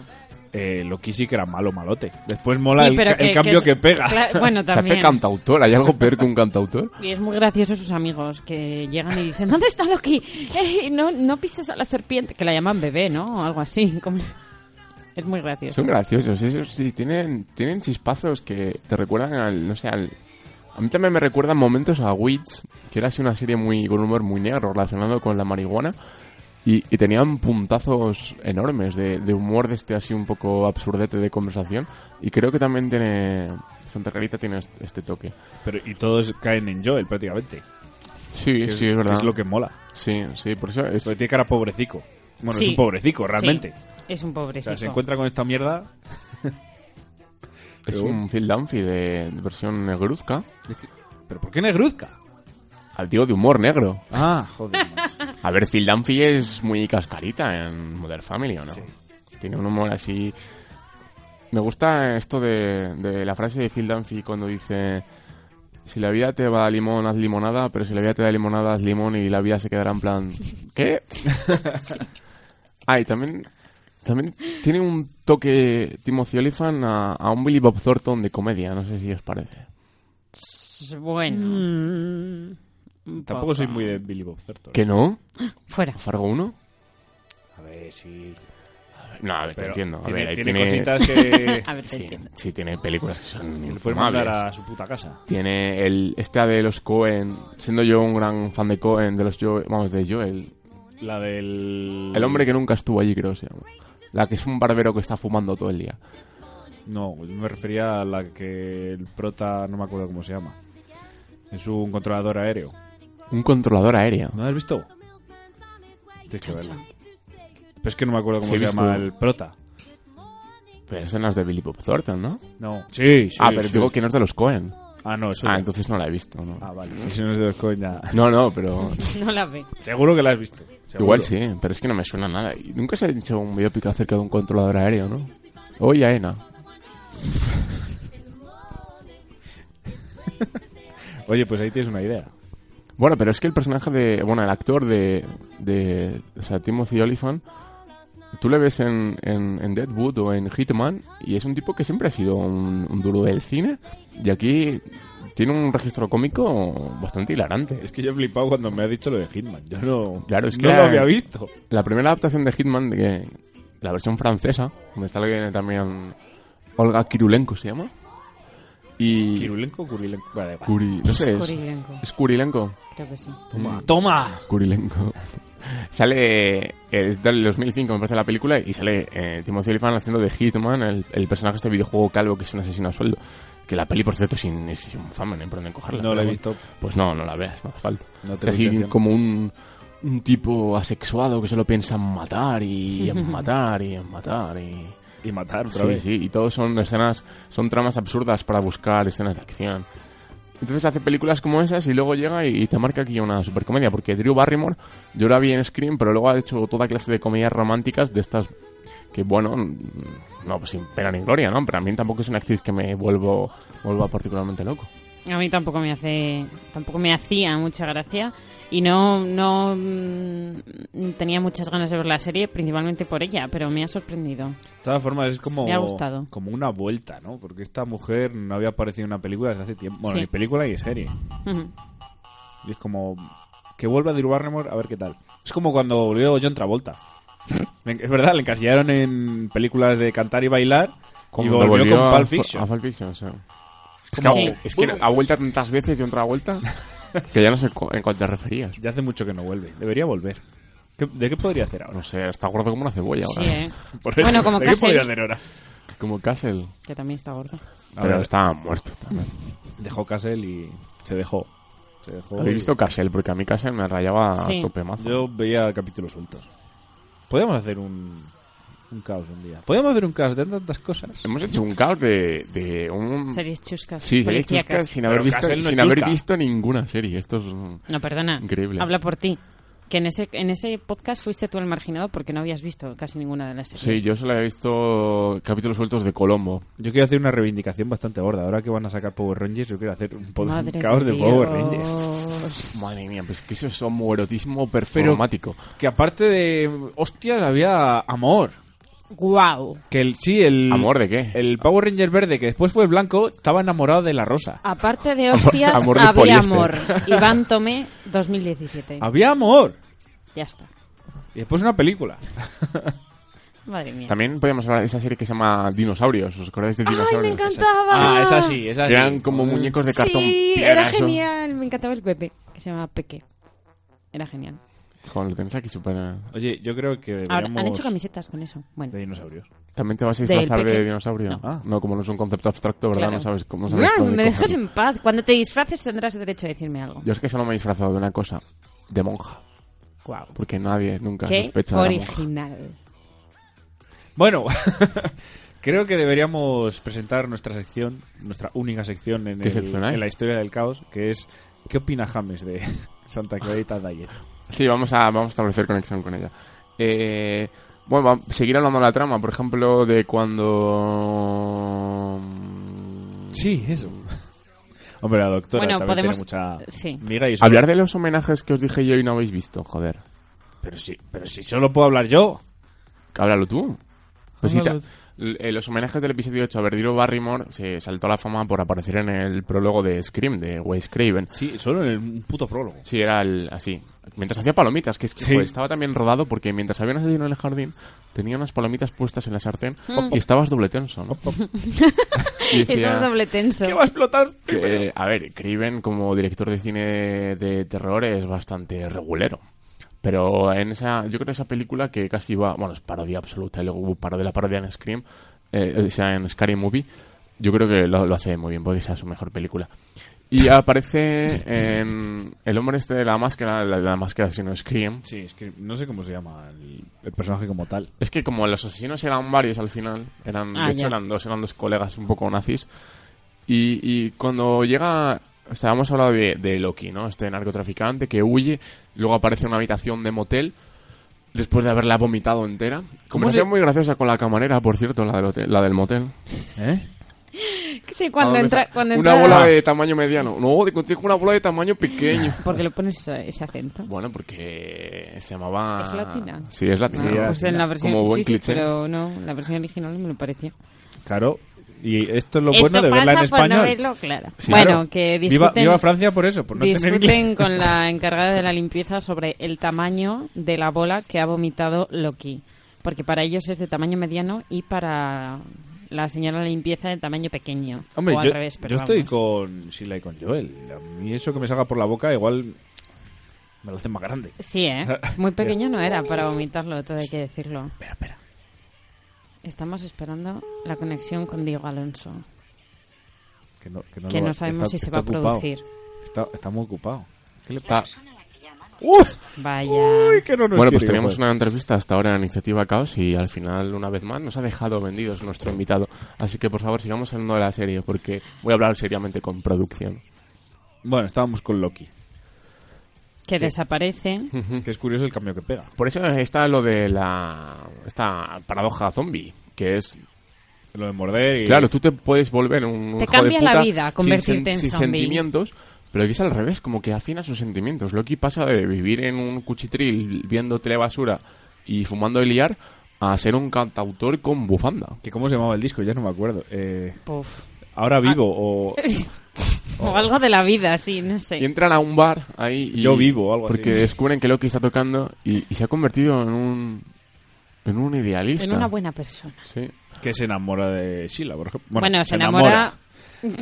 Speaker 11: eh, Loki sí que era malo malote. Después mola el, ca- el cambio que, pega.
Speaker 2: bueno, también.
Speaker 10: [LAUGHS] Se hace cantautor. ¿Hay algo peor que un cantautor?
Speaker 2: Y es muy gracioso sus amigos que llegan y dicen, ¿dónde está Loki? Ey, no, no pises a la serpiente, que la llaman bebé, ¿no? O algo así. como- Es muy gracioso.
Speaker 10: Son graciosos, esos sí, tienen, tienen chispazos que te recuerdan al, no sé, al... A mí también me recuerdan momentos a Wits, que era así una serie muy con humor muy negro relacionado con la marihuana, y, y tenían puntazos enormes de, de humor de este así un poco absurdete de conversación, y creo que también tiene... Santa Clarita tiene est- este toque.
Speaker 11: [LAUGHS] Pero, y todos caen en Joel prácticamente.
Speaker 10: Sí,
Speaker 11: Que
Speaker 10: sí, es verdad.
Speaker 11: que Es lo que mola.
Speaker 10: Sí, sí, por eso es...
Speaker 11: Porque tiene cara pobrecico. Bueno,
Speaker 2: Sí.
Speaker 11: es un pobrecico, realmente.
Speaker 2: Sí, es un
Speaker 11: O sea, se
Speaker 2: pobrecico.
Speaker 11: encuentra con esta mierda.
Speaker 10: Es
Speaker 11: Pero-
Speaker 10: un Phil Dunphy de, de versión negruzca.
Speaker 11: ¿Pero por qué negruzca?
Speaker 10: Al tío de humor negro.
Speaker 11: Ah,
Speaker 2: [LAUGHS]
Speaker 11: joder.
Speaker 10: A ver, Phil Dunphy es muy cascarita en Mother Family, ¿o no? Tiene un humor así... Me gusta esto de, de la frase de Phil Dunphy cuando dice... Si la vida te va a limón, haz limonada, pero si la vida te da limonada, haz limón y la vida se quedará en plan...
Speaker 11: [LAUGHS]
Speaker 10: ¿Qué? Ah, y también, también tiene un toque Timothy Olyphant a, a un Billy Bob Thornton de comedia, no sé si os parece.
Speaker 2: Bueno. un
Speaker 11: Mm. Tampoco
Speaker 2: poco.
Speaker 11: soy muy de Billy Bob Thornton.
Speaker 10: ¿Que no?
Speaker 2: Fuera.
Speaker 10: ¿Fargo 1?
Speaker 11: A ver, sí.
Speaker 10: No, a ver, te
Speaker 11: Pero
Speaker 10: entiendo. A
Speaker 11: tiene-
Speaker 10: ver, ahí
Speaker 11: tiene
Speaker 10: tiene [LAUGHS]
Speaker 11: cositas que-
Speaker 2: A ver, te
Speaker 10: sí,
Speaker 2: entiendo.
Speaker 10: sí, tiene películas que son
Speaker 11: Le puede mandar
Speaker 10: infumables.
Speaker 11: a su puta casa.
Speaker 10: Tiene el esta de los Cohen, siendo yo un gran fan de Cohen, de los Joel, vamos, de Joel,
Speaker 11: La del.
Speaker 10: el hombre que nunca estuvo allí, creo se llama. La que es un barbero que está fumando todo el día.
Speaker 11: No, me refería a la que el prota, no me acuerdo cómo se llama. Es un controlador aéreo.
Speaker 10: Un controlador aéreo.
Speaker 11: ¿No lo has visto? Tienes que verlo.
Speaker 2: Chacho.
Speaker 11: Pero es que no me acuerdo cómo
Speaker 10: Sí, he
Speaker 11: se
Speaker 10: visto.
Speaker 11: llama el prota.
Speaker 10: Pero ese no es de Billy Bob Thornton, ¿no?
Speaker 11: No. Sí, sí.
Speaker 10: ah, pero
Speaker 11: sí.
Speaker 10: digo que no es de los Cohen.
Speaker 11: Ah, no, eso.
Speaker 10: Ah,
Speaker 11: ya.
Speaker 10: entonces no la he visto, ¿no?
Speaker 11: Ah, vale. Si no es de los coña.
Speaker 10: No, no, pero
Speaker 2: [LAUGHS] No la ve.
Speaker 11: [LAUGHS] Seguro que la has visto. seguro.
Speaker 10: igual sí, pero es que no me suena nada. Y Nunca se ha hecho un biopic acerca de un controlador aéreo, ¿no? Oye, Aena.
Speaker 11: Oye, pues ahí tienes una idea.
Speaker 10: Bueno, pero es que el personaje de. Bueno, el actor de. de o sea, Timothy Olyphant. Tú le ves en, en, en Deadwood o en Hitman. Y es un tipo que siempre ha sido un, un duro del cine. Y aquí tiene un registro cómico bastante hilarante.
Speaker 11: Es que yo he flipado cuando me ha dicho lo de Hitman. Yo no.
Speaker 10: Claro, es que
Speaker 11: no lo
Speaker 10: la-
Speaker 11: había visto.
Speaker 10: La primera adaptación de Hitman, de la versión francesa, donde sale también Olga Kirilenko, ¿se llama? Y.
Speaker 11: ¿Kirulenko o Kurilenko? Vale, vale.
Speaker 10: Kuri- no sé, es,
Speaker 2: Kurilenko,
Speaker 10: es Kurilenko.
Speaker 2: creo que sí.
Speaker 11: Toma. Toma.
Speaker 10: Kurilenko. Sale eh, el 2005, me parece, la película, y sale eh, Timothy Olyphant haciendo de Hitman, el, el personaje de este videojuego calvo que es un asesino a sueldo. Que la peli, por cierto, es, in- es infame, no hay por dónde cogerla.
Speaker 11: No la he
Speaker 10: Pero
Speaker 11: visto.
Speaker 10: bueno, Pues no, no la veas, no hace falta.
Speaker 11: No
Speaker 10: es
Speaker 11: tengo
Speaker 10: así
Speaker 11: intención.
Speaker 10: como un, un tipo asexuado que solo piensa en matar y en [LAUGHS] matar y en matar y...
Speaker 11: Y matar otra
Speaker 10: Sí,
Speaker 11: vez.
Speaker 10: sí, y todos son escenas, son tramas absurdas para buscar escenas de acción. Entonces hace películas como esas y luego llega y, y te marca aquí una supercomedia, porque Drew Barrymore, yo la vi en Scream, pero luego ha hecho toda clase de comedias románticas de estas que, bueno, mm, no, pues sin pena ni gloria, ¿no? Pero a mí tampoco es una actriz que me vuelvo, vuelva particularmente loco.
Speaker 2: A mí tampoco me hace, tampoco me hacía mucha gracia y no, no mm, tenía muchas ganas de ver la serie, principalmente por ella, pero me ha sorprendido.
Speaker 11: De todas formas, es como,
Speaker 2: Me ha gustado.
Speaker 11: como una vuelta, ¿no? Porque esta mujer no había aparecido en una película desde hace tiempo. Bueno,
Speaker 2: Sí.
Speaker 11: ni película ni serie.
Speaker 2: Ujú.
Speaker 11: Y es como que vuelva Drew Barrymore a ver qué tal. Es como cuando volvió John Travolta. [LAUGHS] Le- es verdad, le encasillaron en películas de cantar y bailar y
Speaker 10: Cuando
Speaker 11: volvió, con
Speaker 10: a-
Speaker 11: Pulp Fiction.
Speaker 10: A Pulp Fiction, o sea. Es que,
Speaker 2: como-
Speaker 10: ha- es que ha vuelto tantas veces y otra vuelta [LAUGHS] que ya no sé cu- en cuál te referías.
Speaker 11: Ya hace mucho que no vuelve. Debería volver. ¿Qué- ¿De qué podría hacer ahora?
Speaker 10: No sé, está gordo como una cebolla
Speaker 2: Sí,
Speaker 10: ahora.
Speaker 2: ¿eh?
Speaker 10: [LAUGHS]
Speaker 11: Por eso,
Speaker 2: Bueno, como
Speaker 11: ¿De qué
Speaker 2: Cassel.
Speaker 11: podría hacer ahora?
Speaker 10: Como Castle.
Speaker 2: que también está gordo.
Speaker 10: Pero
Speaker 11: Ahora
Speaker 10: estaba muerto también.
Speaker 11: Dejó Castle y se dejó. Se dejó
Speaker 10: ¿Habéis visto Castle? Porque a mí Castle me rayaba
Speaker 2: Sí.
Speaker 10: a tope mazo.
Speaker 11: Yo veía capítulos sueltos. Podríamos hacer un, un caos un día. Podríamos hacer un caos de tantas cosas.
Speaker 10: Hemos hecho un caos de, de un...
Speaker 2: Series chuscas.
Speaker 10: Sí, series
Speaker 2: policíacas.
Speaker 10: chuscas sin, haber
Speaker 11: Pero
Speaker 10: visto,
Speaker 11: Castle no es
Speaker 10: sin haber
Speaker 11: chusca.
Speaker 10: visto ninguna serie. Esto es... un-
Speaker 2: No, perdona.
Speaker 10: Increíble.
Speaker 2: Habla por ti. Que en ese, en ese podcast fuiste tú el marginado porque no habías visto casi ninguna de las series.
Speaker 10: Sí, yo solo he visto capítulos sueltos de Colombo.
Speaker 11: Yo quiero hacer una reivindicación bastante gorda. Ahora que van a sacar Power Rangers, yo quiero hacer un, po- un
Speaker 2: Madre
Speaker 11: caos de
Speaker 2: Dios.
Speaker 11: Power Rangers.
Speaker 10: Madre mía, pues que eso es homoerotismo performático.
Speaker 11: Que aparte de hostias, había amor.
Speaker 2: Wow.
Speaker 11: Que el, sí, el.
Speaker 10: ¿Amor de qué?
Speaker 11: El Power Ranger verde, que después fue blanco, estaba enamorado de la rosa.
Speaker 2: Ah. Aparte de hostias,
Speaker 10: Amor- amor de
Speaker 2: había
Speaker 10: poliéster. [LAUGHS] Ah.
Speaker 2: amor. Iván Tomé, 2017.
Speaker 11: Había amor.
Speaker 2: Ya está.
Speaker 11: Y después una película.
Speaker 2: Ah, Madre mía.
Speaker 10: También podíamos hablar de esa serie que se llama Dinosaurios. ¿Os acordáis de Dinosaurios?
Speaker 2: me encantaba!
Speaker 11: Ah, esa sí, esa
Speaker 10: Que
Speaker 11: sí.
Speaker 10: Eran como muñecos de cartón.
Speaker 2: Sí,
Speaker 10: piedra,
Speaker 2: era
Speaker 10: eso.
Speaker 2: genial. Me encantaba el Pepe, que se llamaba Peque. Era genial.
Speaker 10: Joder, lo tenés aquí súper... eh.
Speaker 11: Oye, yo creo que
Speaker 2: Ahora,
Speaker 11: deberíamos...
Speaker 2: han hecho camisetas con eso. Bueno.
Speaker 11: De dinosaurios.
Speaker 10: ¿También te vas a
Speaker 2: Del
Speaker 10: disfrazar de
Speaker 2: peque.
Speaker 10: dinosaurio?
Speaker 2: No.
Speaker 10: Ah. No, como no es un concepto abstracto, ¿verdad?
Speaker 2: Claro.
Speaker 10: No sabes cómo sabes
Speaker 2: No,
Speaker 10: dónde
Speaker 2: me dejas
Speaker 10: cogerlo.
Speaker 2: en paz. Cuando te disfraces tendrás el derecho a decirme algo.
Speaker 10: Yo es que solo me he disfrazado de una cosa. De monja.
Speaker 2: Guau.
Speaker 10: Porque nadie nunca
Speaker 2: Qué
Speaker 10: sospecha de la monja.
Speaker 2: original.
Speaker 11: Bueno, [LAUGHS] creo que deberíamos presentar nuestra sección, nuestra única sección en,
Speaker 10: ¿Qué
Speaker 11: el-
Speaker 10: sección hay?
Speaker 11: en la historia del caos, que es ¿Qué opina James de [LAUGHS] Santa Clarita Diet?
Speaker 10: Sí, vamos a, vamos a establecer conexión con ella. Eh, bueno, va- seguir hablando de la trama, por ejemplo, de cuando...
Speaker 11: Sí, eso. Hombre, la doctora
Speaker 2: Bueno,
Speaker 11: también
Speaker 2: podemos-
Speaker 11: tiene mucha
Speaker 2: sí.
Speaker 11: miga y...
Speaker 10: mm, Hablar de los homenajes que os dije yo y no habéis visto, joder.
Speaker 11: Pero sí, pero si solo puedo hablar yo.
Speaker 10: Háblalo tú. Pues sí,
Speaker 11: Háblalo
Speaker 10: ta- l- eh, los homenajes del episodio 8 a Verdiro Barrymore se saltó a la fama por aparecer en el prólogo de Scream, de Wes Craven.
Speaker 11: Sí, solo en el- un puto prólogo.
Speaker 10: Sí, era el- así. Mientras hacía palomitas, que es que
Speaker 11: Sí.
Speaker 10: joder, estaba también rodado porque mientras había un asesino en el jardín, tenía unas palomitas puestas en la sartén y estabas doble tenso, ¿no? y decía-
Speaker 2: Estás doble tenso.
Speaker 11: ¿Qué va a explotar?
Speaker 10: que, a ver, Craven como director de cine de terror es bastante regulero. Pero en esa, yo creo que esa película que casi va, bueno, es parodia absoluta, y luego hubo parodia, la parodia en Scream, eh, o sea, en Scary Movie, yo creo que lo, lo hace muy bien, porque esa es su mejor película. Y aparece en el hombre este de la máscara, la, la máscara sino Scream.
Speaker 11: Sí, es que no sé cómo se llama el, el personaje como tal.
Speaker 10: Es que como los asesinos eran varios al final, eran,
Speaker 2: Ah,
Speaker 10: de hecho
Speaker 2: ya.
Speaker 10: eran dos, eran dos colegas un poco nazis, y, y cuando llega, o sea, hemos hablado de, de Loki, ¿no? Este narcotraficante que huye, luego aparece en una habitación de motel, después de haberla vomitado entera. Conversación
Speaker 11: se-
Speaker 10: muy graciosa con la camarera, por cierto, la del, hotel- la del motel.
Speaker 11: ¿Eh?
Speaker 2: Sí, cuando
Speaker 10: Ah,
Speaker 2: entra...
Speaker 10: empezó-
Speaker 2: Cuando
Speaker 10: una
Speaker 2: entra-
Speaker 10: bola de tamaño mediano. No, te conté con una bola de tamaño pequeño.
Speaker 2: Porque le pones ese ese acento.
Speaker 10: Bueno, porque se llamaba...
Speaker 2: ¿Es latina?
Speaker 10: Sí, es latina.
Speaker 2: Ah, pues en la versión...
Speaker 10: Como
Speaker 2: sí,
Speaker 10: buen
Speaker 2: sí,
Speaker 10: cliché.
Speaker 2: pero no, la versión original me lo pareció.
Speaker 11: Claro. Y esto es lo
Speaker 2: Esto
Speaker 11: bueno de verla
Speaker 2: pasa
Speaker 11: en
Speaker 2: por
Speaker 11: español.
Speaker 2: no verlo, claro.
Speaker 10: Sí,
Speaker 2: bueno,
Speaker 10: claro.
Speaker 2: que
Speaker 11: Viva,
Speaker 2: discuten,
Speaker 11: viva Francia por eso, por no tener ni-
Speaker 2: discuten con la encargada de la limpieza sobre el tamaño de la bola que ha vomitado Loki. Porque para ellos es de tamaño mediano y para la señora de limpieza de tamaño pequeño.
Speaker 11: [LAUGHS] Hombre,
Speaker 2: o al
Speaker 11: yo,
Speaker 2: revés, pero
Speaker 11: yo estoy
Speaker 2: vamos.
Speaker 11: con Sila y con Joel. A mí eso que me salga por la boca igual me lo hacen más grande.
Speaker 2: Sí,
Speaker 11: [LAUGHS]
Speaker 2: ¿eh? Muy pequeño no era para vomitarlo, todo hay que decirlo.
Speaker 11: Espera, espera.
Speaker 2: Estamos esperando la conexión con Diego Alonso,
Speaker 11: Que no, que no,
Speaker 2: que
Speaker 11: lo
Speaker 2: no sabemos
Speaker 11: está-
Speaker 2: si se
Speaker 11: está
Speaker 2: va a
Speaker 11: ocupado.
Speaker 2: producir.
Speaker 11: Está, está muy ocupado. ¿Qué le
Speaker 10: Está-
Speaker 11: pasa? ¡Uf!
Speaker 2: Vaya.
Speaker 11: ¡Uy, que no nos
Speaker 10: Bueno, pues
Speaker 11: quiere,
Speaker 10: teníamos
Speaker 11: joder!
Speaker 10: una entrevista hasta ahora en Iniciativa Caos y al final, una vez más, nos ha dejado vendidos nuestro invitado. Así que, por favor, sigamos hablando de la serie porque voy a hablar seriamente con producción.
Speaker 11: Bueno, estábamos con Loki.
Speaker 2: Que
Speaker 11: [LAUGHS]
Speaker 2: desaparece.
Speaker 11: Que es curioso el cambio que pega.
Speaker 10: Por eso está lo de la... esta paradoja zombie, que es...
Speaker 11: Lo de morder y...
Speaker 10: Claro, tú te puedes volver un
Speaker 2: Te
Speaker 10: hijo
Speaker 2: cambia
Speaker 10: de
Speaker 2: la
Speaker 10: puta
Speaker 2: vida
Speaker 10: sin
Speaker 2: convertirte
Speaker 10: sen-
Speaker 2: en
Speaker 10: sin
Speaker 2: zombie.
Speaker 10: sentimientos, pero que es al revés, como que afina sus sentimientos. Loki pasa de vivir en un cuchitril viendo telebasura y fumando de liar a ser un cantautor con bufanda.
Speaker 11: Que ¿Cómo se llamaba el disco? Ya no me acuerdo. Eh,
Speaker 2: Puf.
Speaker 11: Ahora vivo
Speaker 2: Ah.
Speaker 11: o...
Speaker 2: [LAUGHS] O algo de la vida, sí, no sé.
Speaker 10: Y entran a un bar ahí. y-
Speaker 11: Yo vivo, algo
Speaker 10: Porque
Speaker 11: así.
Speaker 10: descubren que Loki está tocando y, y se ha convertido en un. en un idealista.
Speaker 2: En una buena persona.
Speaker 10: Sí.
Speaker 11: Que se enamora de Sila, por ejemplo.
Speaker 2: Bueno, se, enamora,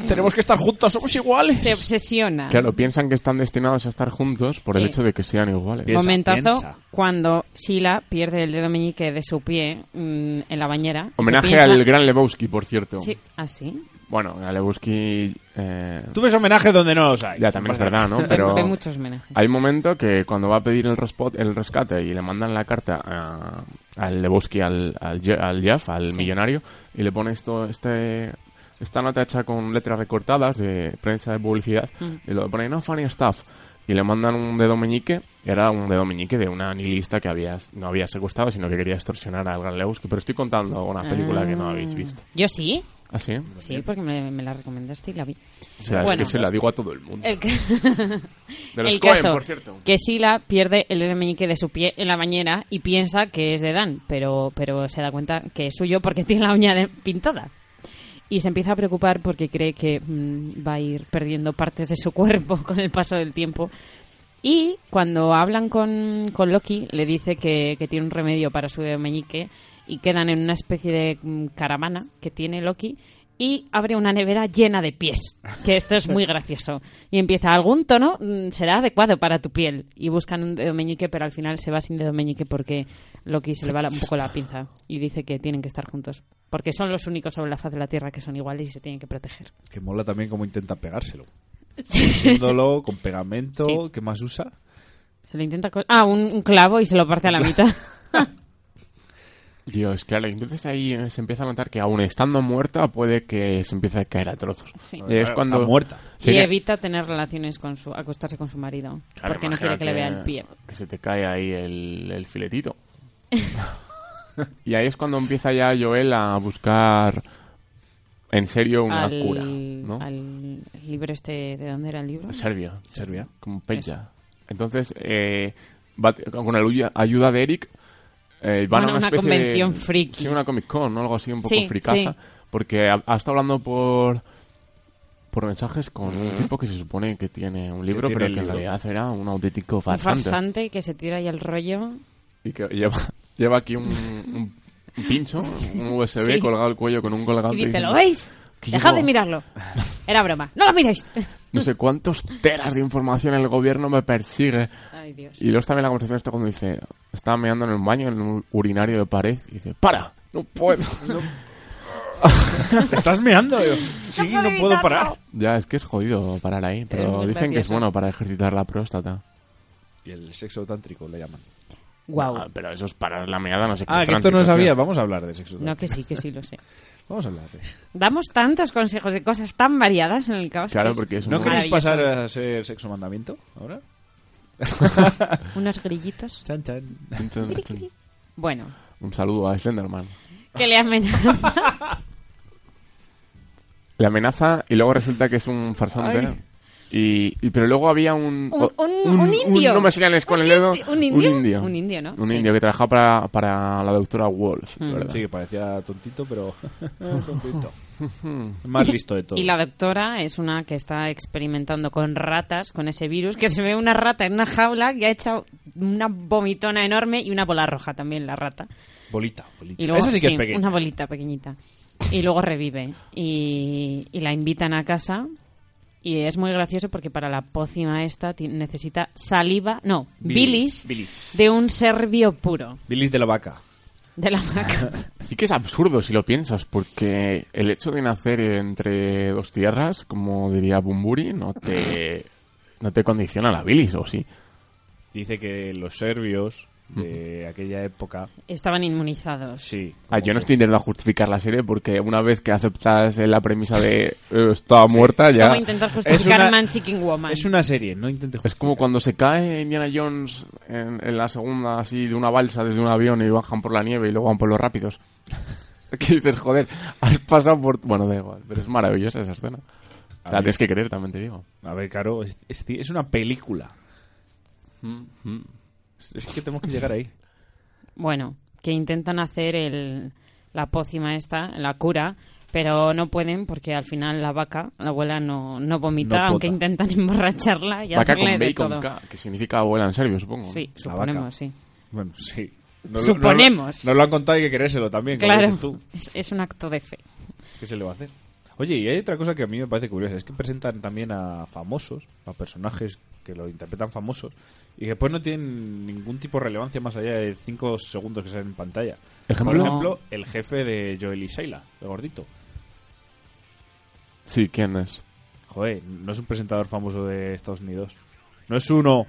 Speaker 11: Tenemos que estar juntos, somos iguales.
Speaker 2: se obsesiona.
Speaker 10: Claro, piensan que están destinados a estar juntos por
Speaker 2: Ah.
Speaker 10: el
Speaker 2: Sí.
Speaker 10: hecho de que sean iguales.
Speaker 11: Piensa,
Speaker 2: Momentazo
Speaker 11: piensa.
Speaker 2: cuando Sheila pierde el dedo meñique de su pie mm, en la bañera.
Speaker 10: Homenaje
Speaker 2: Se piensa-
Speaker 10: al gran Lebowski, por cierto.
Speaker 2: Sí, así.
Speaker 10: Bueno, a Lebowski. eh,
Speaker 11: Tú ves homenaje donde no los hay.
Speaker 10: ya también es verdad,
Speaker 2: [LAUGHS]
Speaker 10: ¿no?
Speaker 2: Pero...
Speaker 10: Pero.
Speaker 2: Ve muchos homenajes.
Speaker 10: Hay un momento que cuando va a pedir el, respo- el rescate y le mandan la carta a- al Lebowski, al, al, Je- al Jeff, al millonario, y le pone esto, este,
Speaker 2: Mm.
Speaker 10: esta nota hecha con letras recortadas de prensa de publicidad, y lo pone, no funny stuff. y le mandan un dedo meñique. Era un dedo meñique de una nihilista que había, no había secuestrado, sino que quería extorsionar al gran Lebowski. Pero estoy contando una película
Speaker 2: Ah.
Speaker 10: que no habéis visto.
Speaker 2: Yo sí.
Speaker 10: ¿Ah, sí?
Speaker 2: Sí, porque me, me la recomendaste y la vi.
Speaker 10: O sea,
Speaker 2: Bueno. pues
Speaker 10: es que se la digo a todo el mundo.
Speaker 2: El, ca-
Speaker 10: De los
Speaker 2: el
Speaker 10: Coen,
Speaker 2: caso,
Speaker 10: por cierto.
Speaker 2: que Sila pierde el dedo meñique de su pie en la bañera y piensa que es de Dan, pero, pero se da cuenta que es suyo porque [LAUGHS] tiene la uña de- pintada. Y se empieza a preocupar porque cree que mm, va a ir perdiendo partes de su [LAUGHS] cuerpo con el paso del tiempo. Y cuando hablan con, con Loki, le dice que, que tiene un remedio para su dedo meñique y quedan en una especie de mm, caravana que tiene Loki y abre una nevera llena de pies, que esto es muy gracioso. Y empieza, algún tono mm, será adecuado para tu piel. Y buscan un dedo meñique, pero al final se va sin dedo meñique porque Loki se le va la- un poco la pinza y dice que tienen que estar juntos. Porque son los únicos sobre la faz de la Tierra que son iguales y se tienen que proteger.
Speaker 11: Que mola también cómo intenta pegárselo.
Speaker 2: [LAUGHS]
Speaker 11: Haciéndolo con pegamento.
Speaker 2: Sí.
Speaker 11: ¿Qué más usa?
Speaker 2: Se le intenta... co- Ah, un, un clavo y se lo parte a la mitad.
Speaker 10: Dios, claro. Y entonces ahí eh, se empieza a notar que aún estando muerta puede que se empiece a caer a trozos.
Speaker 2: Sí.
Speaker 10: Y es
Speaker 11: Está
Speaker 10: cuando...
Speaker 11: muerta.
Speaker 10: Sí,
Speaker 2: y
Speaker 10: que-
Speaker 2: evita tener relaciones con su... acostarse con su marido.
Speaker 10: claro,
Speaker 2: porque no quiere
Speaker 10: imagino
Speaker 2: que, le vea el pie.
Speaker 10: Que se te cae ahí el, el
Speaker 2: [LAUGHS]
Speaker 10: filetito. y ahí es cuando empieza ya Joel a buscar en serio una
Speaker 2: al,
Speaker 10: cura, ¿no?
Speaker 2: al libro este... ¿De dónde era el libro?
Speaker 10: Serbia.
Speaker 11: Serbia.
Speaker 10: Como Peja. Entonces, eh, va t- con la ayu- ayuda de Eric, eh,
Speaker 2: Van
Speaker 10: van a
Speaker 2: a
Speaker 10: una,
Speaker 2: una
Speaker 10: especie
Speaker 2: convención
Speaker 10: de,
Speaker 2: friki.
Speaker 10: Sí, una Comic Con, ¿no? Algo así un poco
Speaker 2: Sí,
Speaker 10: fricaza.
Speaker 2: sí.
Speaker 10: Porque ha, ha estado hablando por por mensajes con un tipo que se supone que tiene un libro,
Speaker 11: tiene
Speaker 10: pero
Speaker 11: el
Speaker 10: que en
Speaker 11: libro.
Speaker 10: realidad era un auténtico
Speaker 2: Un
Speaker 10: farsante.
Speaker 2: farsante que se tira ahí el rollo.
Speaker 10: Y que lleva, lleva aquí un, un- un pincho, un USB
Speaker 2: Sí.
Speaker 10: colgado al cuello con un colgante.
Speaker 2: Y dice,
Speaker 10: diciendo,
Speaker 2: ¿lo veis?
Speaker 10: "Que
Speaker 2: Dejad
Speaker 10: llevo
Speaker 2: de mirarlo. Era broma. ¡No lo
Speaker 10: [LAUGHS]
Speaker 2: miréis!
Speaker 10: No sé cuántos teras de información el gobierno me persigue.
Speaker 2: Ay, Dios.
Speaker 10: Y luego está bien la conversación esta cuando dice, estaba meando en el baño, en un urinario de pared, y dice, ¡para! ¡No puedo!
Speaker 11: ¿Te estás
Speaker 2: [LAUGHS]
Speaker 11: meando? Yo, sí, no puedo parar.
Speaker 10: ya, es que es jodido parar ahí, pero
Speaker 2: muy
Speaker 10: dicen que es
Speaker 2: gracioso.
Speaker 10: bueno para ejercitar la próstata.
Speaker 11: Y el sexo tántrico le llaman.
Speaker 2: Guau.
Speaker 10: Ah, pero eso es parar la meada, no sé
Speaker 11: Ah,
Speaker 10: qué
Speaker 11: que esto no
Speaker 10: trántico,
Speaker 11: lo sabía.
Speaker 10: tío.
Speaker 11: Vamos a hablar de sexo
Speaker 2: No,
Speaker 11: tántrico.
Speaker 2: que sí, que sí, lo
Speaker 10: [LAUGHS]
Speaker 2: sé.
Speaker 11: Vamos a hablar de
Speaker 2: Damos tantos consejos de cosas tan variadas en el caos.
Speaker 10: Claro,
Speaker 2: que es
Speaker 10: porque es
Speaker 11: ¿No
Speaker 10: un-
Speaker 11: queréis
Speaker 2: maravilloso.
Speaker 11: pasar a ser sexo mandamiento ahora? eh.
Speaker 2: Unos grillitos.
Speaker 11: Chan, chan.
Speaker 2: Bueno,
Speaker 10: Un saludo a Slenderman.
Speaker 2: que le [LAUGHS] amenaza.
Speaker 10: Le amenaza y luego resulta que es un farsante. Y, y- pero luego había un
Speaker 2: Un- un- un indio.
Speaker 10: no me señales con
Speaker 2: Un
Speaker 10: el dedo
Speaker 2: indi- un indio.
Speaker 10: un indio
Speaker 2: Un indio, ¿no?
Speaker 10: un
Speaker 2: Sí.
Speaker 10: indio que trabajaba para, para la doctora Wolf
Speaker 2: Mm.
Speaker 10: ¿verdad?
Speaker 11: Sí, que parecía tontito, pero. [LAUGHS] tontito. Más listo de todo.
Speaker 2: Y la doctora es una que está experimentando con ratas, con ese virus, que se ve una rata en una jaula que ha echado una vomitona enorme y una bola roja también la rata.
Speaker 11: Bolita, bolita.
Speaker 2: Y luego,
Speaker 11: Esa sí que
Speaker 2: sí,
Speaker 11: es pequeña.
Speaker 2: Una bolita pequeñita. Y luego revive. Y, y la invitan a casa. Y es muy gracioso porque para la pócima esta ti- necesita saliva, no, bilis,
Speaker 11: Bilis.
Speaker 2: de un serbio puro,
Speaker 11: Bilis de la vaca.
Speaker 2: de
Speaker 11: [LAUGHS]
Speaker 2: la vaca.
Speaker 10: Sí que es absurdo si lo piensas, porque el hecho de nacer entre dos tierras, como diría Bumburi, no te, no te condiciona la bilis, ¿o sí?
Speaker 11: Dice que los serbios de aquella época.
Speaker 2: Estaban inmunizados.
Speaker 11: Sí.
Speaker 10: Ah,
Speaker 11: como
Speaker 10: yo no
Speaker 11: que-
Speaker 10: estoy intentando justificar la serie, porque una vez que aceptas eh, la premisa de eh, está muerta, ya...
Speaker 2: Como intentar justificar
Speaker 11: una-
Speaker 2: Man Seeking Woman.
Speaker 11: Es una serie, no intentes
Speaker 10: Es como cuando se cae Indiana Jones en, en la segunda, así, de una balsa desde un avión y bajan por la nieve y luego van por los rápidos. [LAUGHS] que dices, joder, has pasado por... Bueno, da igual, pero es maravillosa esa escena.
Speaker 11: A
Speaker 10: O sea,
Speaker 11: mí-
Speaker 10: tienes que creer, también te digo.
Speaker 11: A ver, Caro, es, es- es una película. Es es que tenemos que llegar ahí.
Speaker 2: Bueno, que intentan hacer el, la pócima esta, la cura, pero no pueden porque al final la vaca, la abuela, no, no vomita,
Speaker 11: No
Speaker 2: aunque
Speaker 11: pota.
Speaker 2: intentan [LAUGHS] emborracharla y
Speaker 10: Vaca
Speaker 2: hacerle
Speaker 10: con
Speaker 2: de
Speaker 10: B y con
Speaker 2: todo.
Speaker 10: K, que significa abuela en serbio, supongo.
Speaker 2: Sí,
Speaker 11: La vaca.
Speaker 2: suponemos, sí.
Speaker 11: Bueno, sí. No lo-
Speaker 2: Suponemos.
Speaker 11: No, lo- nos lo han contado y hay que querérselo también. como
Speaker 2: Claro,
Speaker 11: dices tú.
Speaker 2: es, es un acto de fe.
Speaker 11: ¿Qué se le va a hacer? Oye, y hay otra cosa que a mí me parece curiosa, es que presentan también a famosos, a personajes que lo interpretan famosos, y que después no tienen ningún tipo de relevancia más allá de 5 segundos que salen en pantalla.
Speaker 10: ¿Ejemplo?
Speaker 11: Por ejemplo, el jefe de Joel y Sheila, el gordito.
Speaker 10: Sí, ¿quién es?
Speaker 11: Joder, no es un presentador famoso de Estados Unidos. No es uno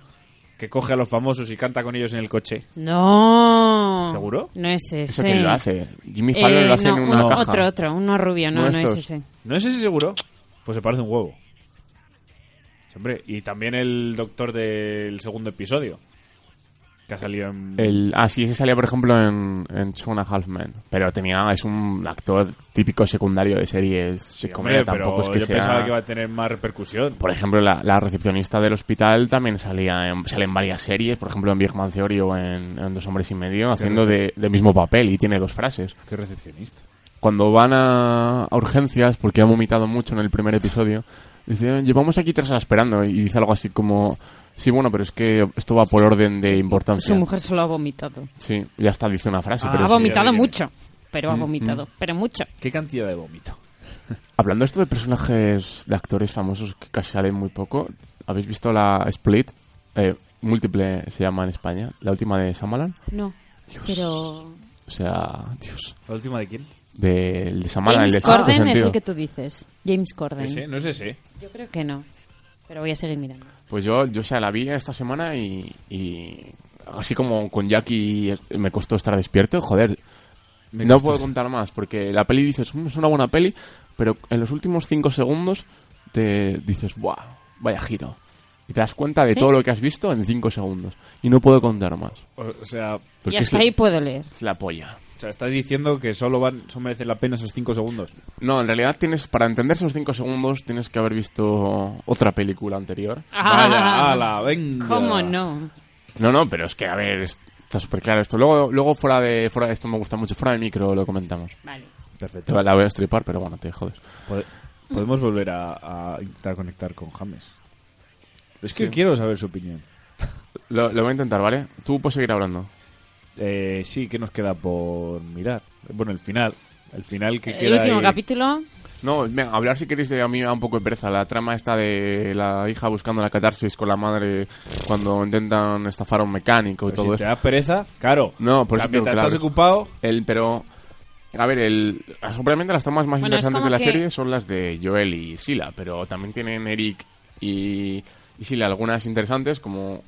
Speaker 11: que coge a los famosos y canta con ellos en el coche.
Speaker 2: No.
Speaker 11: ¿Seguro?
Speaker 2: No es ese.
Speaker 10: ¿Eso quién lo hace? Jimmy
Speaker 2: Eh,
Speaker 10: Fallon lo hace
Speaker 2: no,
Speaker 10: en una
Speaker 2: uno-
Speaker 10: caja.
Speaker 2: Otro, otro, uno rubio, no,
Speaker 10: No
Speaker 2: no, es
Speaker 10: estos.
Speaker 2: ese.
Speaker 11: ¿No es ese seguro? Pues se parece un huevo. Hombre, y también el doctor del segundo episodio. Que ha salido en.
Speaker 10: El, ah, sí, ese salía, por ejemplo, en, en Two and a Half Men. Pero tenía, es un actor típico secundario de series.
Speaker 11: Sí,
Speaker 10: se comedia,
Speaker 11: hombre,
Speaker 10: tampoco
Speaker 11: pero
Speaker 10: es que
Speaker 11: yo
Speaker 10: sea-
Speaker 11: pensaba que iba a tener más repercusión.
Speaker 10: Por ejemplo, la, la recepcionista del hospital también salía en, sale en varias series, por ejemplo en Big Man Theory o en, en Dos Hombres y Medio, haciendo de, del mismo papel y tiene dos frases.
Speaker 11: Qué recepcionista.
Speaker 10: Cuando van a, a urgencias, porque han vomitado mucho en el primer episodio, dicen, llevamos aquí tres horas esperando y dice algo así como, sí, bueno, pero es que esto va por orden de importancia.
Speaker 2: Su mujer solo ha vomitado.
Speaker 10: Sí, ya está, dice una frase.
Speaker 2: Ah,
Speaker 10: pero
Speaker 2: ha
Speaker 10: sí,
Speaker 2: vomitado
Speaker 10: oye,
Speaker 2: mucho, pero ha
Speaker 10: Mm,
Speaker 2: vomitado, pero mucho.
Speaker 11: ¿Qué cantidad de vómito?
Speaker 10: Hablando esto de personajes de actores famosos que casi salen muy poco, ¿habéis visto la Split? Eh, múltiple se llama en España, la última de Samalan.
Speaker 2: No, pero...
Speaker 10: O sea, Dios.
Speaker 11: ¿La última de quién?
Speaker 10: Del de Samalan, el
Speaker 2: James
Speaker 10: de Sexto
Speaker 2: Corden es
Speaker 10: Sentido.
Speaker 2: el que tú dices. James Corden.
Speaker 11: Ese, no es ese.
Speaker 2: Yo creo que no, pero voy a seguir mirando.
Speaker 10: Pues yo, yo o sea, la vi esta semana y, y así como con Jackie es- me costó estar despierto, joder.
Speaker 11: Me
Speaker 10: no
Speaker 11: costó
Speaker 10: puedo
Speaker 11: estar-
Speaker 10: contar más, porque la peli dices, "Mm, es una buena peli, pero en los últimos cinco segundos te dices, ¡buah! Vaya giro. Y te das cuenta de
Speaker 2: Sí.
Speaker 10: todo lo que has visto en cinco segundos. Y no puedo contar más.
Speaker 11: O, o sea.
Speaker 10: Porque
Speaker 2: y hasta
Speaker 10: es la-
Speaker 2: ahí puedo leer.
Speaker 10: Es la polla.
Speaker 11: O sea, estás diciendo que solo van, solo merecen la pena esos 5 segundos.
Speaker 10: No, en realidad tienes, para entender esos cinco segundos, tienes que haber visto otra película anterior.
Speaker 11: Vaya, ala, venga.
Speaker 2: Ah. [LAUGHS] ¿Cómo no?
Speaker 10: No, no, pero es que, a ver, es- está súper claro esto. Luego, luego fuera, de, fuera de esto me gusta mucho. Fuera de micro lo comentamos.
Speaker 2: Vale.
Speaker 10: Te
Speaker 11: Perfecto.
Speaker 10: va- La voy a stripar, pero bueno, te jodes.
Speaker 11: Pod- Podemos volver a, a intentar conectar con James. Es que
Speaker 10: Sí.
Speaker 11: quiero saber su opinión.
Speaker 10: Lo, lo voy a intentar, ¿vale? Tú puedes seguir hablando.
Speaker 11: Eh, sí, que nos queda por mirar. Bueno, el final. El final que
Speaker 2: El
Speaker 11: queda
Speaker 2: Eh, último
Speaker 11: ahí.
Speaker 2: capítulo,
Speaker 10: No, venga, hablar si queréis de a mí me da un poco de pereza. La trama esta de la hija buscando la catarsis con la madre cuando intentan estafar a un mecánico y
Speaker 11: Pues
Speaker 10: todo
Speaker 11: si te
Speaker 10: eso.
Speaker 11: da pereza, claro.
Speaker 10: No, por
Speaker 11: O sea,
Speaker 10: eso digo,
Speaker 11: mientras
Speaker 10: claro.
Speaker 11: estás ocupado,
Speaker 10: El, pero, a ver, el, seguramente las tramas más
Speaker 2: Bueno, es
Speaker 10: interesantes de
Speaker 2: como
Speaker 10: la
Speaker 2: que-
Speaker 10: serie son las de Joel y Sila, pero también tienen Eric y, y Sila algunas interesantes, como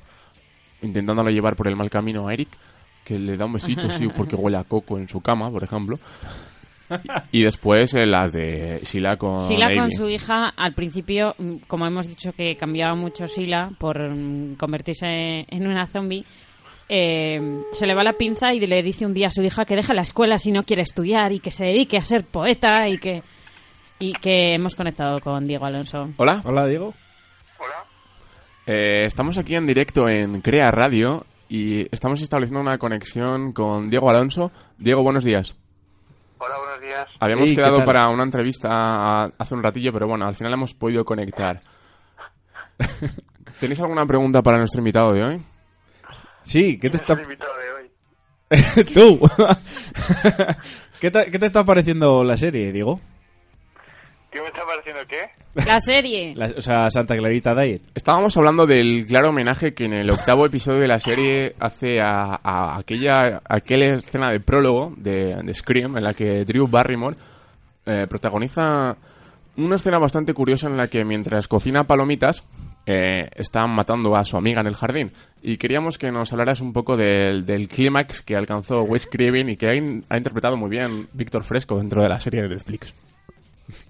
Speaker 10: intentándolo llevar por el mal camino a Eric, que le da un besito,
Speaker 2: [LAUGHS]
Speaker 10: sí, porque huele a coco en su cama, por ejemplo. Y después eh, las de Sila con
Speaker 2: Sila con
Speaker 10: Amy.
Speaker 2: su hija, al principio, mm, como hemos dicho que cambiaba mucho Sila por mm, convertirse en una zombie, eh, se le va la pinza y le dice un día a su hija que deje la escuela si no quiere estudiar y que se dedique a ser poeta y que, y que hemos conectado con Diego Alonso.
Speaker 10: Hola,
Speaker 11: hola Diego.
Speaker 10: eh, estamos aquí en directo en Crea Radio y estamos estableciendo una conexión con Diego Alonso. Diego, buenos días.
Speaker 13: Hola, buenos días.
Speaker 10: Habíamos
Speaker 11: Ey, ¿qué
Speaker 10: quedado
Speaker 11: tal?
Speaker 10: para una entrevista hace un ratillo, pero bueno, al final hemos podido conectar. [LAUGHS] ¿Tenéis alguna pregunta para nuestro invitado de hoy?
Speaker 11: Sí, ¿qué te
Speaker 13: ¿Quién
Speaker 11: está
Speaker 13: es el invitado de hoy?
Speaker 11: [LAUGHS] tú? [LAUGHS] ¿Qué, te, qué te está pareciendo la serie, Diego?
Speaker 13: ¿Qué me está pareciendo qué?
Speaker 2: La serie.
Speaker 11: La- o sea, Santa Clarita Diet.
Speaker 10: Estábamos hablando del claro homenaje que en el octavo episodio de la serie hace a, a aquella, a aquella escena de prólogo de, de Scream en la que Drew Barrymore eh, protagoniza una escena bastante curiosa en la que mientras cocina palomitas eh, están matando a su amiga en el jardín. Y queríamos que nos hablaras un poco del, del clímax que alcanzó Wes Craven y que ha, in- ha interpretado muy bien Víctor Fresco dentro de la serie de Netflix.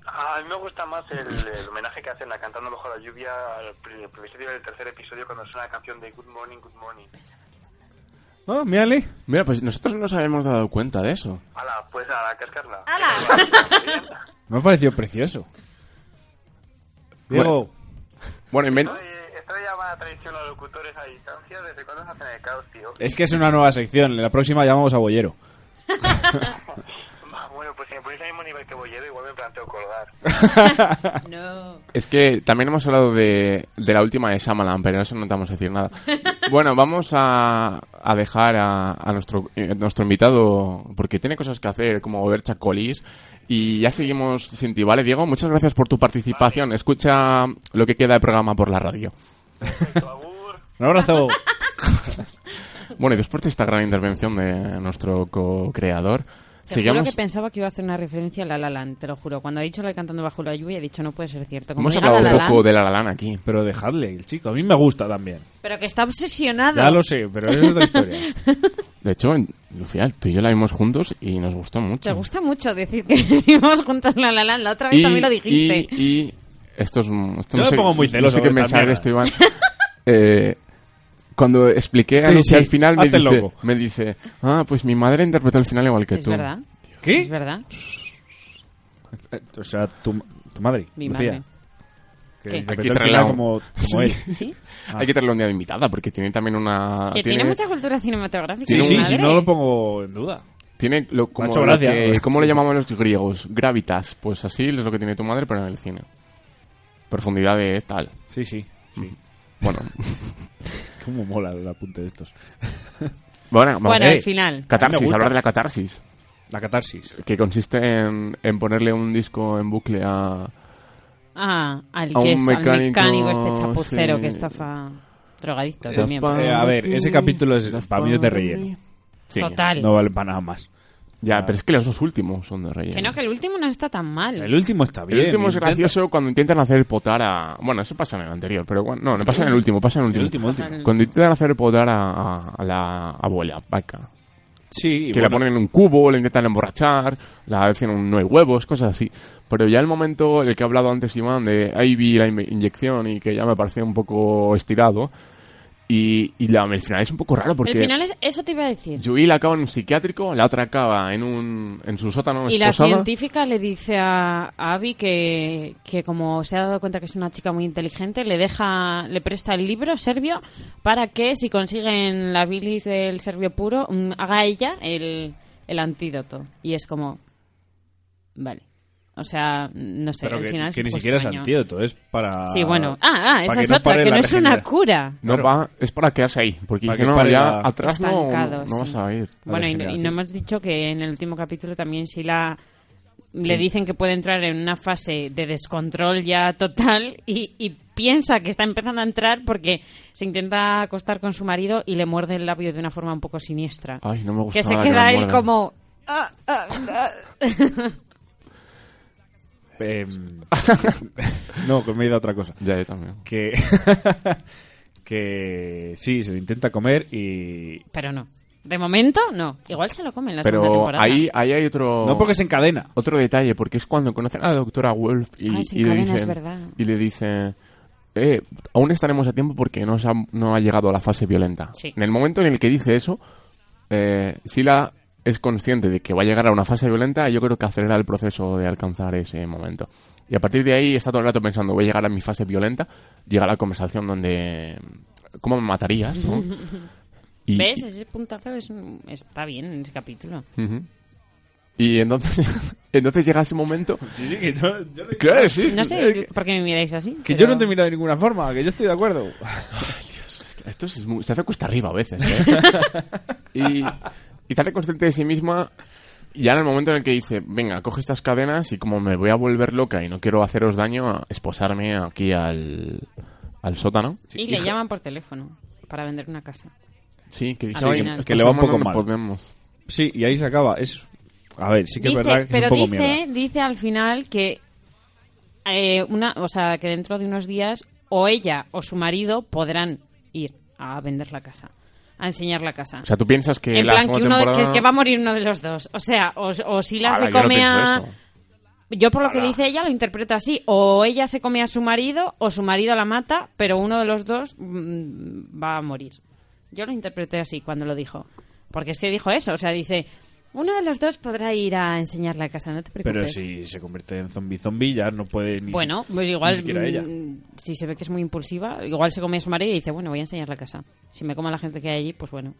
Speaker 13: Ah, A mí me gusta más el, el homenaje que hacen a Cantando Bajo la Lluvia al pri- principio del tercer episodio cuando suena la canción de Good Morning, Good Morning.
Speaker 11: Ah, mírale.
Speaker 10: Mira, pues nosotros no nos habíamos dado cuenta de eso.
Speaker 13: Ala, pues a la cascarla.
Speaker 11: Me ha parecido precioso. Diego,
Speaker 10: Bueno, inven-
Speaker 13: Oye, esto ya va a traición a locutores a distancia. ¿Desde cuándo se hacen el caos, tío?
Speaker 11: es que es una nueva sección. En la próxima llamamos a Bollero.
Speaker 13: Ah, Bueno, pues si me ponéis al mismo nivel que Bollero, igual me planteo colgar. [LAUGHS]
Speaker 2: No.
Speaker 10: Es que también hemos hablado de, de la última de Shyamalan, pero eso no te vamos a
Speaker 2: [LAUGHS]
Speaker 10: decir nada. Bueno, vamos a, a dejar a, a nuestro, eh, nuestro invitado, porque tiene cosas que hacer, como ver chacolís, y ya seguimos sin ti, ¿vale, Diego? Muchas gracias por tu participación. Escucha lo que queda de programa por la radio.
Speaker 2: [LAUGHS]
Speaker 11: Un abrazo.
Speaker 10: Bueno, y después de esta gran intervención de nuestro co-creador,
Speaker 2: Te
Speaker 10: sigamos...
Speaker 2: juro que pensaba que iba a hacer una referencia a La La Land, te lo juro. Cuando ha dicho la de cantando bajo la lluvia, he dicho no puede ser cierto. Como
Speaker 10: Hemos
Speaker 2: diga
Speaker 10: hablado
Speaker 2: La
Speaker 10: un
Speaker 2: La
Speaker 10: poco
Speaker 2: Land,
Speaker 10: de la Lalana aquí.
Speaker 11: Pero dejadle, el chico. A mí me gusta también.
Speaker 2: Pero que está obsesionado.
Speaker 11: Ya lo sé, pero es otra historia.
Speaker 2: [LAUGHS]
Speaker 10: De hecho, Lucía, tú y yo la vimos juntos y nos gustó mucho.
Speaker 2: [LAUGHS] Te gusta mucho decir que vivimos juntos en La La Land. La otra vez también lo dijiste.
Speaker 10: Y, y Esto es. un- Esto
Speaker 11: Yo
Speaker 10: no
Speaker 11: me
Speaker 10: sé-
Speaker 11: pongo muy
Speaker 10: no
Speaker 11: celoso
Speaker 10: sé qué
Speaker 11: con esta
Speaker 10: pensar de esto,
Speaker 11: [LAUGHS] mierda.
Speaker 10: Iván. Eh, cuando expliqué
Speaker 11: Sí,
Speaker 10: a Lucy
Speaker 11: sí,
Speaker 10: al final, me
Speaker 11: hazte
Speaker 10: dice,
Speaker 11: loco.
Speaker 10: me dice: Ah, pues mi madre interpretó el final igual que
Speaker 2: Es
Speaker 10: tú.
Speaker 2: verdad.
Speaker 11: ¿Qué?
Speaker 2: Es verdad.
Speaker 11: Eh, O sea, tu, tu madre.
Speaker 2: Mi
Speaker 11: Lucía,
Speaker 2: madre.
Speaker 11: que
Speaker 2: ¿Qué? Hay que
Speaker 11: interpretó
Speaker 10: Hay que
Speaker 11: el
Speaker 10: traerla
Speaker 11: final como, como él.
Speaker 10: Hay que traerla un día de invitada porque tiene también una.
Speaker 2: Que tiene, mucha cultura cinematográfica.
Speaker 10: Tiene
Speaker 2: mi
Speaker 10: un-
Speaker 2: madre.
Speaker 11: pongo en duda.
Speaker 10: Tiene lo, como
Speaker 11: hecho
Speaker 10: lo
Speaker 11: gracia. [LAUGHS]
Speaker 10: que- ¿Cómo le
Speaker 11: Sí.
Speaker 10: llamaban los griegos? Gravitas. Pues así es lo que tiene tu madre, pero en el cine. Profundidad de tal.
Speaker 11: Sí, sí. sí.
Speaker 10: Bueno. [LAUGHS]
Speaker 11: Cómo mola el apunte de estos.
Speaker 10: Bueno, vamos
Speaker 2: Bueno, eh,
Speaker 10: a
Speaker 2: al final.
Speaker 11: Me
Speaker 10: Catarsis,
Speaker 11: gusta.
Speaker 10: hablar de la catarsis.
Speaker 11: La catarsis.
Speaker 10: Que consiste en, en ponerle un disco en bucle a,
Speaker 2: Ah, al,
Speaker 10: a
Speaker 2: que
Speaker 10: un
Speaker 2: está- al
Speaker 10: mecánico,
Speaker 2: mecánico este chapucero
Speaker 10: sí.
Speaker 2: que estafa drogadicto
Speaker 10: Eh,
Speaker 2: también.
Speaker 10: pa-
Speaker 11: Eh, a ver, ese capítulo es para mí es de relleno.
Speaker 10: Sí.
Speaker 2: Total.
Speaker 11: No vale para nada más.
Speaker 10: Ya, pero es que los dos últimos son de relleno.
Speaker 2: Que no, que el último no está tan mal.
Speaker 11: El último está bien.
Speaker 10: El último es
Speaker 11: intenta-
Speaker 10: gracioso cuando intentan hacer potar a... Bueno, eso pasa en el anterior, pero bueno, no, no pasa en el último, pasa en el
Speaker 11: El
Speaker 10: último.
Speaker 11: último, último. Pasa en el-
Speaker 10: Cuando intentan hacer potar a, a- a la abuela, vaca.
Speaker 11: Sí, y
Speaker 10: que la
Speaker 11: bueno,
Speaker 10: ponen en un cubo, la intentan emborrachar, la hacen un no hay huevos, cosas así. Pero ya el momento, el que ha hablado antes Iván, de ahí vi la in- inyección y que ya me parecía un poco estirado. Y, y la, el final es un poco raro porque...
Speaker 2: El final es, eso te iba a decir.
Speaker 10: Yuil acaba en un psiquiátrico, la otra acaba en un en su sótano
Speaker 2: Y la
Speaker 10: esposada.
Speaker 2: científica le dice a a Abby que, que como se ha dado cuenta que es una chica muy inteligente, le deja, le presta el libro serbio para que si consiguen la bilis del serbio puro, mm, haga ella el, el antídoto. Y es como, vale. O sea, no sé,
Speaker 11: pero
Speaker 2: al
Speaker 11: que,
Speaker 2: final... es
Speaker 11: que
Speaker 2: un
Speaker 11: ni
Speaker 2: poco
Speaker 11: siquiera
Speaker 2: extraño.
Speaker 11: es antídoto, es para.
Speaker 2: Sí, bueno. Ah, ah,
Speaker 11: para
Speaker 2: esa es
Speaker 11: no
Speaker 2: otra,
Speaker 11: pare
Speaker 2: que
Speaker 11: la
Speaker 2: no es una
Speaker 11: regeneración.
Speaker 2: cura.
Speaker 10: No va, es para quedarse ahí, porque
Speaker 11: Para
Speaker 10: dice,
Speaker 11: que
Speaker 10: no,
Speaker 11: pare
Speaker 10: ya
Speaker 11: la-
Speaker 10: atrás no,
Speaker 2: Estancado,
Speaker 10: no
Speaker 2: sí.
Speaker 10: vas a ir.
Speaker 2: Bueno, y, y no hemos dicho que en el último capítulo también si la le dicen que puede entrar en una fase de descontrol ya total y, y piensa que está empezando a entrar porque se intenta acostar con su marido y le muerde el labio de una forma un poco siniestra.
Speaker 10: Ay, no me gusta
Speaker 2: que se
Speaker 10: Ah, pues nada que
Speaker 2: queda
Speaker 10: me
Speaker 2: él
Speaker 10: muerdan.
Speaker 2: como... "Ah, ah, ah".
Speaker 11: Em, [LAUGHS] no, que me he ido a otra cosa.
Speaker 10: Ya, yo también.
Speaker 11: Que. [LAUGHS] que sí, se lo intenta comer y.
Speaker 2: Pero no. De momento, no. Igual se lo comen la segunda
Speaker 10: Pero
Speaker 2: temporada.
Speaker 10: ahí, ahí hay otro...
Speaker 11: No porque se encadena.
Speaker 10: Otro detalle, porque es cuando conocen a la doctora Wolf y,
Speaker 2: Ah, se
Speaker 10: y le
Speaker 2: encadena, es
Speaker 10: dicen...
Speaker 2: verdad.
Speaker 10: Y le dice... Eh, aún estaremos a tiempo porque no, se ha, no ha llegado a la fase violenta.
Speaker 2: Sí.
Speaker 10: En el momento en el que dice eso, eh, Sila es consciente de que va a llegar a una fase violenta y yo creo que acelera el proceso de alcanzar ese momento. Y a partir de ahí está todo el rato pensando, voy a llegar a mi fase violenta, llega la conversación donde... ¿Cómo me matarías?
Speaker 2: [LAUGHS]
Speaker 10: no? Y-
Speaker 2: ¿Ves? Ese puntazo es un- está bien en ese
Speaker 10: [LAUGHS]
Speaker 2: capítulo.
Speaker 10: Ujú. Y entonces, [LAUGHS] entonces llega ese momento.
Speaker 11: Sí, sí, que no- yo no-
Speaker 10: Claro, sí.
Speaker 2: No
Speaker 10: Eh,
Speaker 2: sé
Speaker 10: que-
Speaker 2: por qué me miráis así.
Speaker 11: Que
Speaker 2: pero-
Speaker 11: yo no te he mirado de ninguna forma, que yo estoy de acuerdo.
Speaker 10: Esto es muy- se hace cuesta arriba a veces.
Speaker 11: [LAUGHS]
Speaker 10: ¿eh? y, y se hace consciente de sí misma. Y ya en el momento en el que dice, venga, coge estas cadenas y como me voy a volver loca y no quiero haceros daño, a esposarme aquí al, al sótano.
Speaker 2: Y le llaman por teléfono para vender una casa.
Speaker 10: Sí, que dice
Speaker 2: Al
Speaker 10: "Oye,
Speaker 2: final.
Speaker 10: esta
Speaker 11: Que le va un
Speaker 10: semana
Speaker 11: poco
Speaker 10: no
Speaker 11: mal".
Speaker 10: podemos.
Speaker 11: Sí, y ahí se acaba. Es. A ver, sí que
Speaker 2: Dice-
Speaker 11: es verdad que
Speaker 2: pero
Speaker 11: es un poco
Speaker 2: dice,
Speaker 11: mierda.
Speaker 2: dice al final que eh, una, o sea, que dentro de unos días o ella o su marido podrán ir a vender la casa, a enseñar la casa.
Speaker 10: O sea, tú piensas que
Speaker 2: en
Speaker 10: la
Speaker 2: plan que,
Speaker 10: segunda
Speaker 2: uno,
Speaker 10: temporada...
Speaker 2: que, que va a morir uno de los dos. O sea, o, o si la
Speaker 10: Ala,
Speaker 2: se
Speaker 10: yo no
Speaker 2: come
Speaker 10: pienso
Speaker 2: a...
Speaker 10: eso.
Speaker 2: Yo por lo que dice ella lo interpreto así. O ella se come a su marido o su marido la mata, pero uno de los dos mm, va a morir. Yo lo interpreté así cuando lo dijo. Porque es que dijo eso. O sea, dice, uno de los dos podrá ir a enseñar la casa, no te preocupes.
Speaker 11: Pero si se convierte en zombie zombie ya no puede ni
Speaker 2: Bueno, pues
Speaker 11: ni
Speaker 2: igual
Speaker 11: siquiera ella.
Speaker 2: mm, si se ve que es muy impulsiva, igual se come a su marido y dice, bueno, voy a enseñar la casa. Si me como a la gente que hay allí, pues bueno.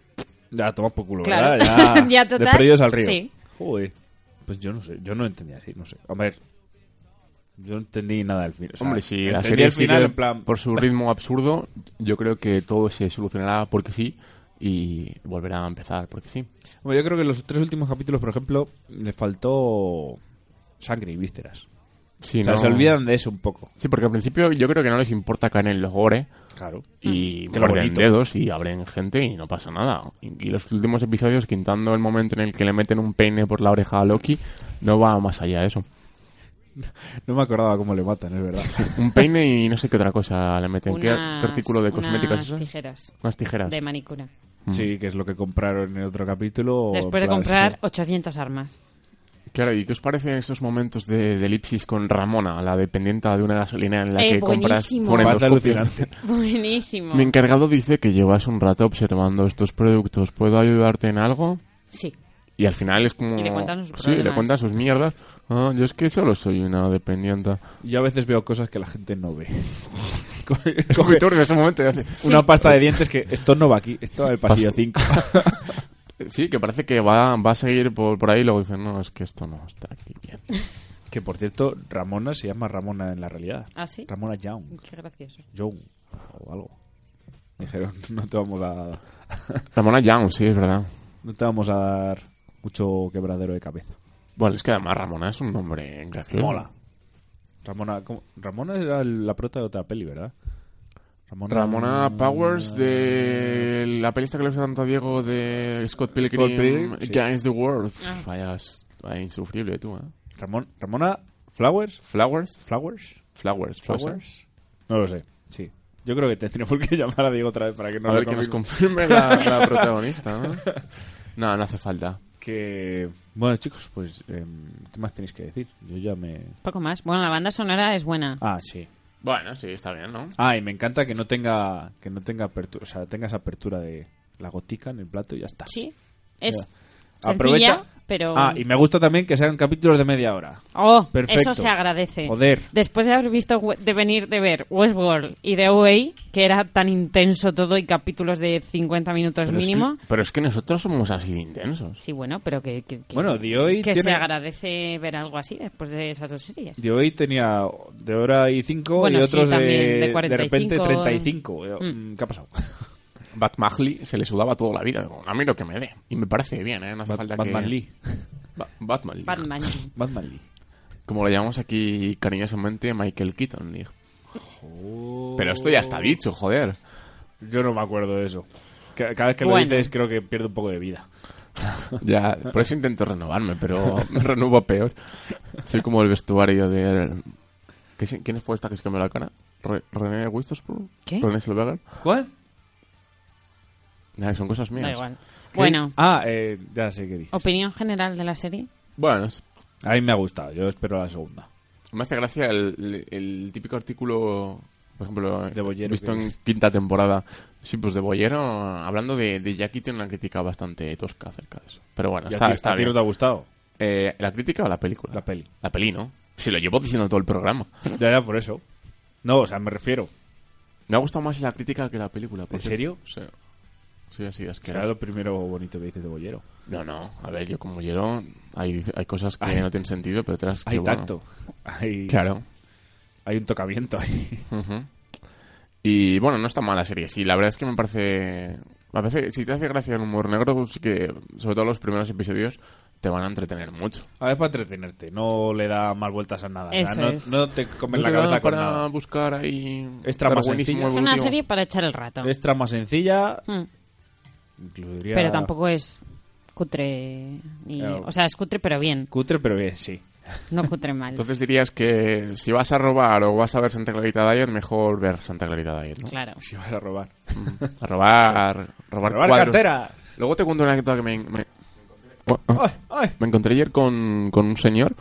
Speaker 11: Ya tomas por culo,
Speaker 2: Claro.
Speaker 11: ¿verdad?
Speaker 2: [LAUGHS]
Speaker 11: Ya,
Speaker 2: Ya, total,
Speaker 11: de perdidos al río.
Speaker 2: sí.
Speaker 11: Joder. Pues yo no sé, yo no entendía así, no sé. A ver, yo no entendí nada del final. o sea,
Speaker 10: Hombre, si la
Speaker 11: entendí
Speaker 10: serie
Speaker 11: el final
Speaker 10: sigue
Speaker 11: en plan
Speaker 10: por su ritmo absurdo, yo creo que todo se solucionará porque sí y volverá a empezar porque sí.
Speaker 11: Hombre, yo creo que los tres últimos capítulos, por ejemplo, le faltó sangre y vísceras.
Speaker 10: Sí,
Speaker 11: o sea,
Speaker 10: no-
Speaker 11: se olvidan de eso un poco.
Speaker 10: Sí, porque al principio yo creo que no les importa caer en los gore
Speaker 11: Claro.
Speaker 2: Mm.
Speaker 10: y
Speaker 11: Que lo
Speaker 10: muerden
Speaker 11: bonito.
Speaker 10: dedos y abren gente y no pasa nada. Y, y los últimos episodios, quitando el momento en el que le meten un peine por la oreja a Loki, no va más allá de eso.
Speaker 11: No me acordaba cómo le matan, es verdad. [LAUGHS]
Speaker 10: Un peine y no sé qué otra cosa le meten. ¿Qué,
Speaker 2: Unas-
Speaker 10: qué artículo de cosméticas
Speaker 2: unas
Speaker 10: es eso?
Speaker 2: tijeras.
Speaker 10: Unas tijeras.
Speaker 2: De manicura.
Speaker 11: Sí, que es lo que compraron en el otro capítulo.
Speaker 2: Después de
Speaker 11: en plan,
Speaker 2: comprar
Speaker 11: sí.
Speaker 2: 800 armas. [LAUGHS]
Speaker 10: Claro, ¿y qué os parecen estos momentos de, de elipsis con Ramona, la dependiente de una gasolina en la
Speaker 2: Eh,
Speaker 10: que compras
Speaker 2: buenísimo.
Speaker 10: ponen los
Speaker 11: Pata
Speaker 10: cupidos?
Speaker 11: alucinante.
Speaker 2: Buenísimo.
Speaker 10: Mi encargado dice que llevas un rato observando estos productos. ¿Puedo ayudarte en algo?
Speaker 2: Sí.
Speaker 10: Y al final es como...
Speaker 2: Y le cuentan sus
Speaker 10: Sí, le
Speaker 2: problemas.
Speaker 10: cuentan sus mierdas. Ah, yo es que solo soy una dependiente.
Speaker 11: Yo a veces veo cosas que la gente no ve.
Speaker 10: [LAUGHS] Es muy turbio ese momento. y hace-
Speaker 11: Una pasta de dientes que esto no va aquí, esto va al pasillo
Speaker 10: Pas-
Speaker 11: 5.
Speaker 10: Sí, que parece que va, va a seguir por, por ahí y luego dicen, no, es que esto no está aquí bien.
Speaker 11: que por cierto, Ramona se llama Ramona en la realidad.
Speaker 2: ¿Ah, sí?
Speaker 11: Ramona Young.
Speaker 2: Qué gracioso.
Speaker 11: Young. O algo. Me dijeron, no te vamos a,
Speaker 10: Ramona Young, sí, es verdad.
Speaker 11: no te vamos a dar mucho quebradero de cabeza.
Speaker 10: Bueno, es que además Ramona es un nombre gracioso.
Speaker 11: Mola. Ramona, ¿cómo? Ramona era la prota de otra peli, ¿verdad? Ramona,
Speaker 10: Ramona Powers de la pelista que le gusta tanto a Diego de Scott Pilgrim,
Speaker 11: Pilgrim, sí.
Speaker 10: Against the World.
Speaker 2: Ah.
Speaker 10: Vaya, es- vaya insufrible tú, ¿eh?
Speaker 11: Ramon- Ramona Flowers.
Speaker 10: Flowers,
Speaker 11: Flowers.
Speaker 10: flowers, flowers.
Speaker 11: Flowers. No lo sé. Sí. Yo creo que [LAUGHS] tendríamos que llamar a Diego otra vez para que nos
Speaker 10: a
Speaker 11: lo
Speaker 10: ver que me
Speaker 11: conozca.
Speaker 10: confirme la, la protagonista, [LAUGHS] ¿no? No, no hace falta.
Speaker 11: Que bueno chicos, pues em, ¿qué más tenéis que decir? Yo ya me
Speaker 2: Poco más. Bueno, la banda sonora es buena.
Speaker 11: ah sí.
Speaker 10: Bueno, sí, está bien, ¿no?
Speaker 11: Ah y me encanta que no tenga que no tenga apertura, o sea tengas apertura de la gotica en el plato y ya está.
Speaker 2: Sí. Es
Speaker 11: Ya.
Speaker 2: sencilla, pero...
Speaker 11: Ah y me gusta también que sean capítulos de media hora.
Speaker 2: Oh,
Speaker 11: Perfecto.
Speaker 2: eso se agradece.
Speaker 11: Joder.
Speaker 2: Después de haber visto we- de venir de ver Westworld y The Way, que era tan intenso todo y capítulos de 50 minutos
Speaker 10: Pero es que-
Speaker 2: mínimo.
Speaker 10: pero es que nosotros somos así de intensos.
Speaker 2: Sí, bueno, pero que, que, que-
Speaker 11: Bueno, The Way
Speaker 2: que se
Speaker 11: tiene-
Speaker 2: agradece ver algo así después de esas dos series.
Speaker 11: De hoy tenía de hora y cinco
Speaker 2: Bueno,
Speaker 11: y
Speaker 2: sí,
Speaker 11: otros
Speaker 2: también, de
Speaker 11: de, de
Speaker 2: 45.
Speaker 11: repente 35. Yo, mm, ¿Qué ha pasado?
Speaker 10: Bat Mahli se le sudaba toda la vida. Digo, A mí lo que me dé. Y me parece bien, ¿eh? No hace
Speaker 11: Bat-
Speaker 10: falta
Speaker 11: Batman
Speaker 10: que...
Speaker 11: Lee.
Speaker 10: Ba- Batman Lee.
Speaker 2: Batman.
Speaker 11: Batman Lee.
Speaker 10: Como lo llamamos aquí cariñosamente Michael Keaton Lee. Pero esto ya está dicho, joder.
Speaker 11: Yo no me acuerdo de eso. Ca- Cada vez que
Speaker 2: Bueno.
Speaker 11: lo dices creo que pierdo un poco de vida.
Speaker 10: Ya, por eso intento renovarme, pero
Speaker 11: [LAUGHS]
Speaker 10: me renuevo peor. Soy como el vestuario de... ¿Qué se- ¿Quién es por esta que se cambió la cara? Re- ¿René Witherspoon?
Speaker 2: ¿Qué?
Speaker 10: ¿René Zellweger?
Speaker 11: ¿Cuál?
Speaker 10: Nada, son cosas mías.
Speaker 2: Da igual. Bueno,
Speaker 11: Ah, eh, ya sé qué dices.
Speaker 2: opinión general de la serie.
Speaker 10: Bueno, es-
Speaker 2: Oh.
Speaker 11: A mí me ha gustado, yo espero la segunda.
Speaker 10: me hace gracia el, el típico artículo, por ejemplo,
Speaker 11: De Bollero,
Speaker 10: visto
Speaker 11: que-
Speaker 10: en quinta temporada. Sí, pues de Bollero, hablando de, de Jackie, tiene una crítica bastante tosca acerca de eso. Pero bueno,
Speaker 11: ¿Y
Speaker 10: está,
Speaker 11: a ti,
Speaker 10: está
Speaker 11: a ti
Speaker 10: bien.
Speaker 11: no te ha gustado?
Speaker 10: Eh, ¿La crítica o la película?
Speaker 11: La peli.
Speaker 10: La peli, ¿no? Si lo llevo diciendo todo el programa.
Speaker 11: Ya, ya, por eso. No, o sea, me refiero.
Speaker 10: Me ha gustado más la crítica que la película. por
Speaker 11: ¿En
Speaker 10: cierto. Sí. Sí, así es que...
Speaker 11: Será lo primero bonito que dices de Bollero.
Speaker 10: No, no. A ver, yo como hiero, hay, hay cosas que no tienen sentido, pero otras que
Speaker 11: Hay
Speaker 10: bueno.
Speaker 11: tacto. [LAUGHS] Hay,
Speaker 10: Claro.
Speaker 11: hay un tocamiento ahí.
Speaker 10: Ujú. Y bueno, no está mala la serie. Sí, la verdad es que me parece... A veces, si te hace gracia el humor negro, pues que, sobre todo los primeros episodios, te van a entretener mucho.
Speaker 11: [LAUGHS] A ver, para entretenerte. No le da más vueltas a nada.
Speaker 2: Eso
Speaker 11: no,
Speaker 2: es.
Speaker 11: no te comes la
Speaker 10: No te da
Speaker 11: cabeza con
Speaker 10: para
Speaker 11: nada.
Speaker 10: buscar ahí...
Speaker 11: Es trama
Speaker 10: darwinismo
Speaker 11: sencilla.
Speaker 2: Es una
Speaker 10: evolutivo.
Speaker 2: serie para echar el rato.
Speaker 11: Es trama sencilla.
Speaker 2: Mm.
Speaker 11: incluso diría
Speaker 2: Pero tampoco es cutre. ni-
Speaker 11: Eh,
Speaker 2: O sea, es cutre pero bien,
Speaker 11: Cutre, pero bien, sí. [LAUGHS]
Speaker 2: no cutre mal.
Speaker 10: Entonces dirías que si vas a robar o vas a ver Santa Clarita Diet, mejor ver Santa Clarita Diet, ¿no?
Speaker 2: Claro.
Speaker 11: Si vas a robar.
Speaker 10: A robar, robar,
Speaker 11: ¡Robar
Speaker 10: cuadros.
Speaker 11: cartera!
Speaker 10: Luego te cuento una anécdota que me, me- Ah,
Speaker 11: ¡Ay, ay!
Speaker 10: me encontré ayer con, con un señor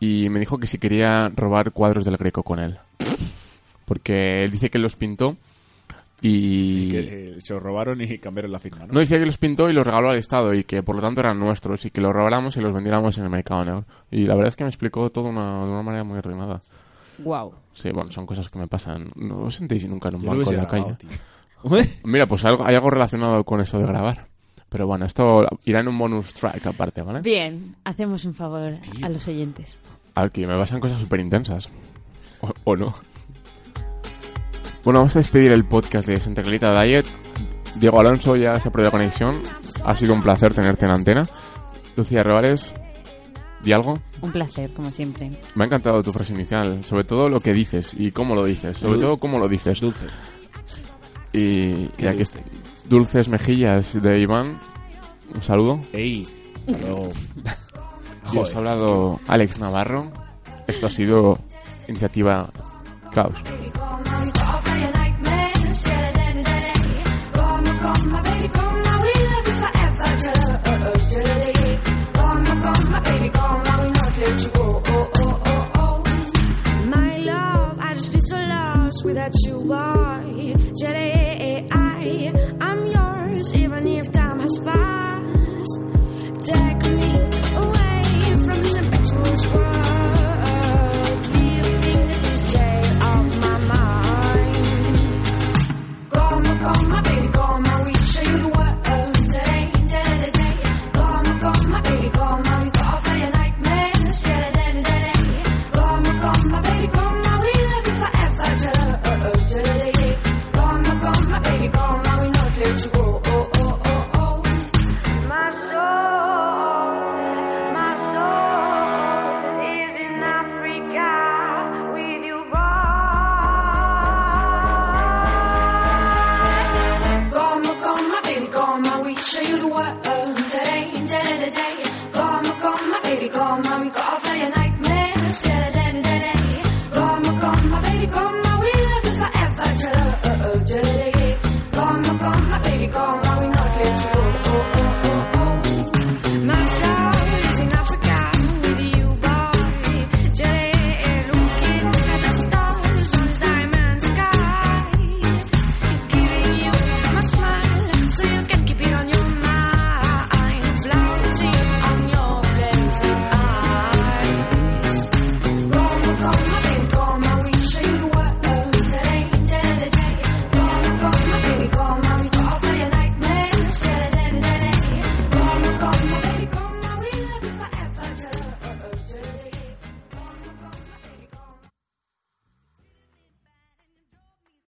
Speaker 10: y me dijo que si quería robar cuadros del Greco con él. Porque él dice que los pintó y...
Speaker 11: Que, eh, se os robaron y cambiaron la firma, ¿no?
Speaker 10: No decía que los pintó y los regaló al Estado y que por lo tanto eran nuestros y que los robáramos y los vendiéramos en el mercado negro. Y la verdad es que me explicó todo una- de una manera muy ordenada.
Speaker 2: Wow.
Speaker 10: Sí, bueno, son cosas que me pasan. No os sentéis nunca en un
Speaker 11: Yo lo
Speaker 10: banco
Speaker 11: hubiese
Speaker 10: en la
Speaker 11: grabado,
Speaker 10: calle.
Speaker 11: tío. [LAUGHS]
Speaker 10: Mira, pues algo, hay algo relacionado con eso de grabar. Pero bueno, esto irá en un bonus track aparte, ¿vale?
Speaker 2: Bien, hacemos un favor a los oyentes.
Speaker 10: A ver, que me pasan cosas súper intensas. O, o no. Bueno, vamos a despedir el podcast de Santa Clarita Diet. Diego Alonso ya se ha perdido la conexión. Ha sido un placer tenerte en antena. Lucía Revales, di algo.
Speaker 2: Un placer, como siempre.
Speaker 10: Me ha encantado tu frase inicial, sobre todo lo que dices y cómo lo dices, sobre
Speaker 11: Dul-
Speaker 10: todo cómo lo dices.
Speaker 11: Dulce.
Speaker 10: Y, y
Speaker 11: Qué
Speaker 10: aquí
Speaker 11: dulce.
Speaker 10: está. Dulces Mejillas de Iván. Un saludo.
Speaker 11: Ey. Pero...
Speaker 10: Y os
Speaker 11: Joder.
Speaker 10: ha hablado Alex Navarro. Esto ha sido iniciativa Caos.
Speaker 12: Come, come, my baby, come, now we just take me away from this impetuous world. Leaving this day off my mind. Gonna call my baby, call my week, show you the world today, today, today. Gonna call my baby, call my week, all for your nightmares, today, today, today. Gonna call my baby, call my week, love you forever, today, today, today. Gonna call my baby, call my week, no place to go, oh, oh, oh, oh. My soul, my soul is in Africa with you, Goma, goma, baby, goma, we show you the world today, today, today. Goma, goma, baby, goma, we go off like a nightmare, today, today, today. Goma, goma, baby, goma, we love you forever, today, today, today. Goma, goma, baby, goma, we not let you go, oh, oh, oh, oh. My star is in Africa with you, boy. Today, looking at the stars on this diamond sky giving you my smile so you can keep it on your mind. Floating on your blazing eyes. Gonna call my baby, call my wing, show you the world today, today, today. Gonna call my baby, call my wing, go off like a nightmare, today, today, today. Gonna call my baby, call my wing, love you forever, today.